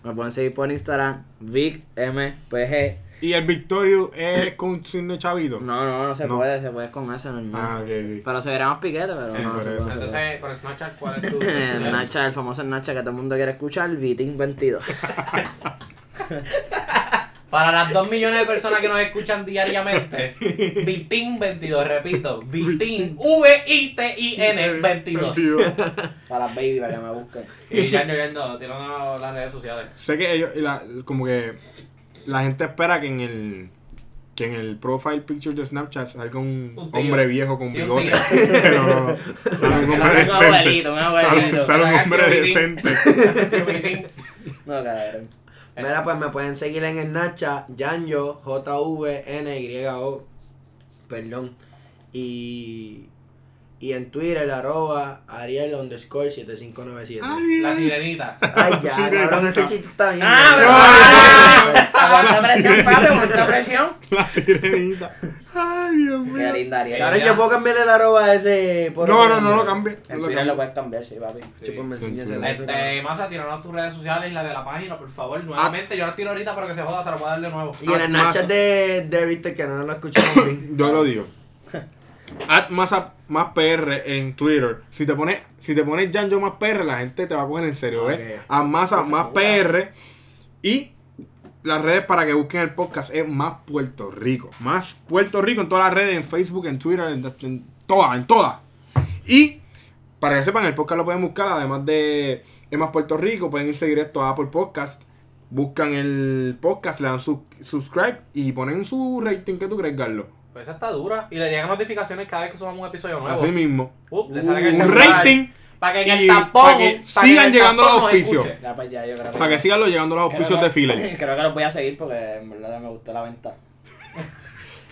B: Me pueden seguir por Instagram, VicMPG.
D: Y el Victorio es con signo chavito.
B: No, no, no se
D: No.
B: puede, se puede con eso, normal.
D: Ah, ok, ok.
B: Pero se verá más piquete, pero
D: Sí,
B: no, no
D: por
B: se
D: eso.
B: puede. no se puede.
A: Entonces, por Snapchat, ¿cuál es tu?
B: Eh, Nacha, el famoso Nacha que todo el mundo quiere escuchar, Viting 22.
A: Para las 2 millones de personas que nos escuchan diariamente, Vitin22, repito, Vitin,
D: Eh,
A: V-I-T-I-N 22.
B: Para las baby, para que me busquen.
A: Y ya lloviendo, tirando las redes sociales.
D: Sé que ellos, y la- como que la gente espera que en el que en el profile picture de Snapchat salga un,
A: Un tío.
D: hombre viejo con
A: Sí, un
D: bigote.
A: tío.
D: Pero no, sale un
B: Un
D: hombre decente.
B: abuelito, un
D: Sale-
B: abuelito.
D: Sale un
A: Haga
D: hombre
A: que
D: decente.
A: Vitin.
B: No, cabrón.
C: Mira, pues me pueden seguir en el Nacha, Yanyo, J-V-N-Y-O. Perdón. Y. Y en Twitter, arroba Ariel underscore 7597.
A: La sirenita.
C: Ay, ya, cabrón, ese chiste está bien.
B: ¡Ah,
C: cabrón.
B: pero- Aguanta presión, papi, aguanta presión.
D: La sirenita. Ay, Dios
B: Qué
D: mío.
B: linda, Ariel.
C: Cabrón, yo puedo cambiarle el arroba a ese. por
D: No,
C: otro
D: no, no lo
C: nombre.
D: cambié.
B: El
D: No lo
B: Twitter lo
D: cambié.
B: puedes cambiar, sí, papi.
C: Sí, pues me
D: Sí,
C: enseñas
D: sí.
C: el eso, cabrón.
A: Este, Masa, tíranos tus redes sociales y la de la página, por
D: Ah.
A: favor, nuevamente. Yo la tiro ahorita para que se joda, se la voy a dar de nuevo.
C: Y en el Nacha de, de Víctor, que no lo escuchamos bien.
D: Yo lo digo. At más, a- más PR en Twitter. Si te pones, si te pones Janjo más PR, la gente te va a coger en serio, ¿ves?
C: Ok.
D: A más, a-
A: Esa
D: más
A: es
D: PR. Y las redes para que busquen el podcast es más Puerto Rico. Más Puerto Rico en todas las redes, en Facebook, en Twitter, en, en todas, en todas. Y para que sepan, el podcast lo pueden buscar, además de es más Puerto Rico, pueden irse directo a Apple Podcast. Buscan el podcast, le dan su- subscribe y ponen su rating que tú crees, Carlos.
A: Pues esa está dura. Y le llegan notificaciones cada vez que subamos un episodio nuevo.
D: Así mismo.
A: Uh, le
D: Un
A: sale en el celular.
D: rating
A: Para que en
D: y
A: el tapón.
D: para que
A: para
D: sigan
A: en el
D: llegando
A: tapón
D: los
A: nos
D: auspicios.
A: escuche.
B: Ya, pues ya, yo creo
D: para que sigan llegando los auspicios de filler.
B: Creo que los voy a seguir porque en verdad me gustó la venta.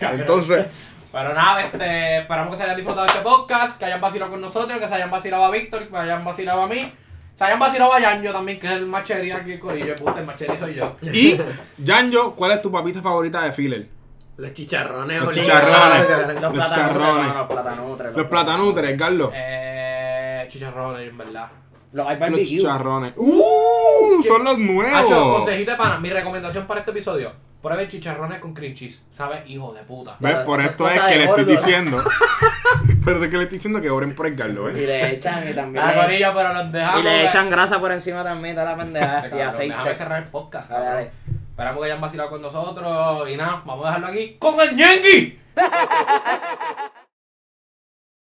D: Entonces,
A: Pero nada, este, esperamos que se hayan disfrutado de este podcast, que hayan vacilado con nosotros, que se hayan vacilado a Víctor, que se hayan vacilado a mí, se hayan vacilado a Yanjo también, que es el machería aquí, el corillo, puta, el machería soy yo.
D: y Janjo, ¿cuál es tu papita favorita de filler?
C: Los chicharrones,
D: Los
C: boludo.
D: chicharrones.
B: Los
D: charrones.
B: platanutres, los platanutres.
D: Los platanutres, Carlos.
A: Eh, chicharrones, en verdad.
B: Los hay
D: Los
B: barbecue.
D: chicharrones. ¡Uh! Son los
A: Hacho,
D: nuevos.
A: consejito de pana, mi recomendación para este episodio, prueben chicharrones con cream cheese, sabe hijo de puta.
D: ¿Ves? Por
B: Esas
D: esto
B: cosas
D: es que
B: de
D: le estoy
B: gordo.
D: diciendo. Pero es que le estoy diciendo que obren por el Carlos,
B: Y
D: ¿eh?
B: le echan y también.
A: Ah,
B: le-
A: corillo, pero los dejamos.
B: Y le echan grasa por encima también, toda la
A: Este,
B: pendeja. Y
A: cabrón, Déjame
B: aceite.
A: cerrar el podcast,
B: Dale,
A: cabrón.
B: dale.
A: Esperamos que hayan vacilado con nosotros y nada, vamos a dejarlo aquí con el ñengui.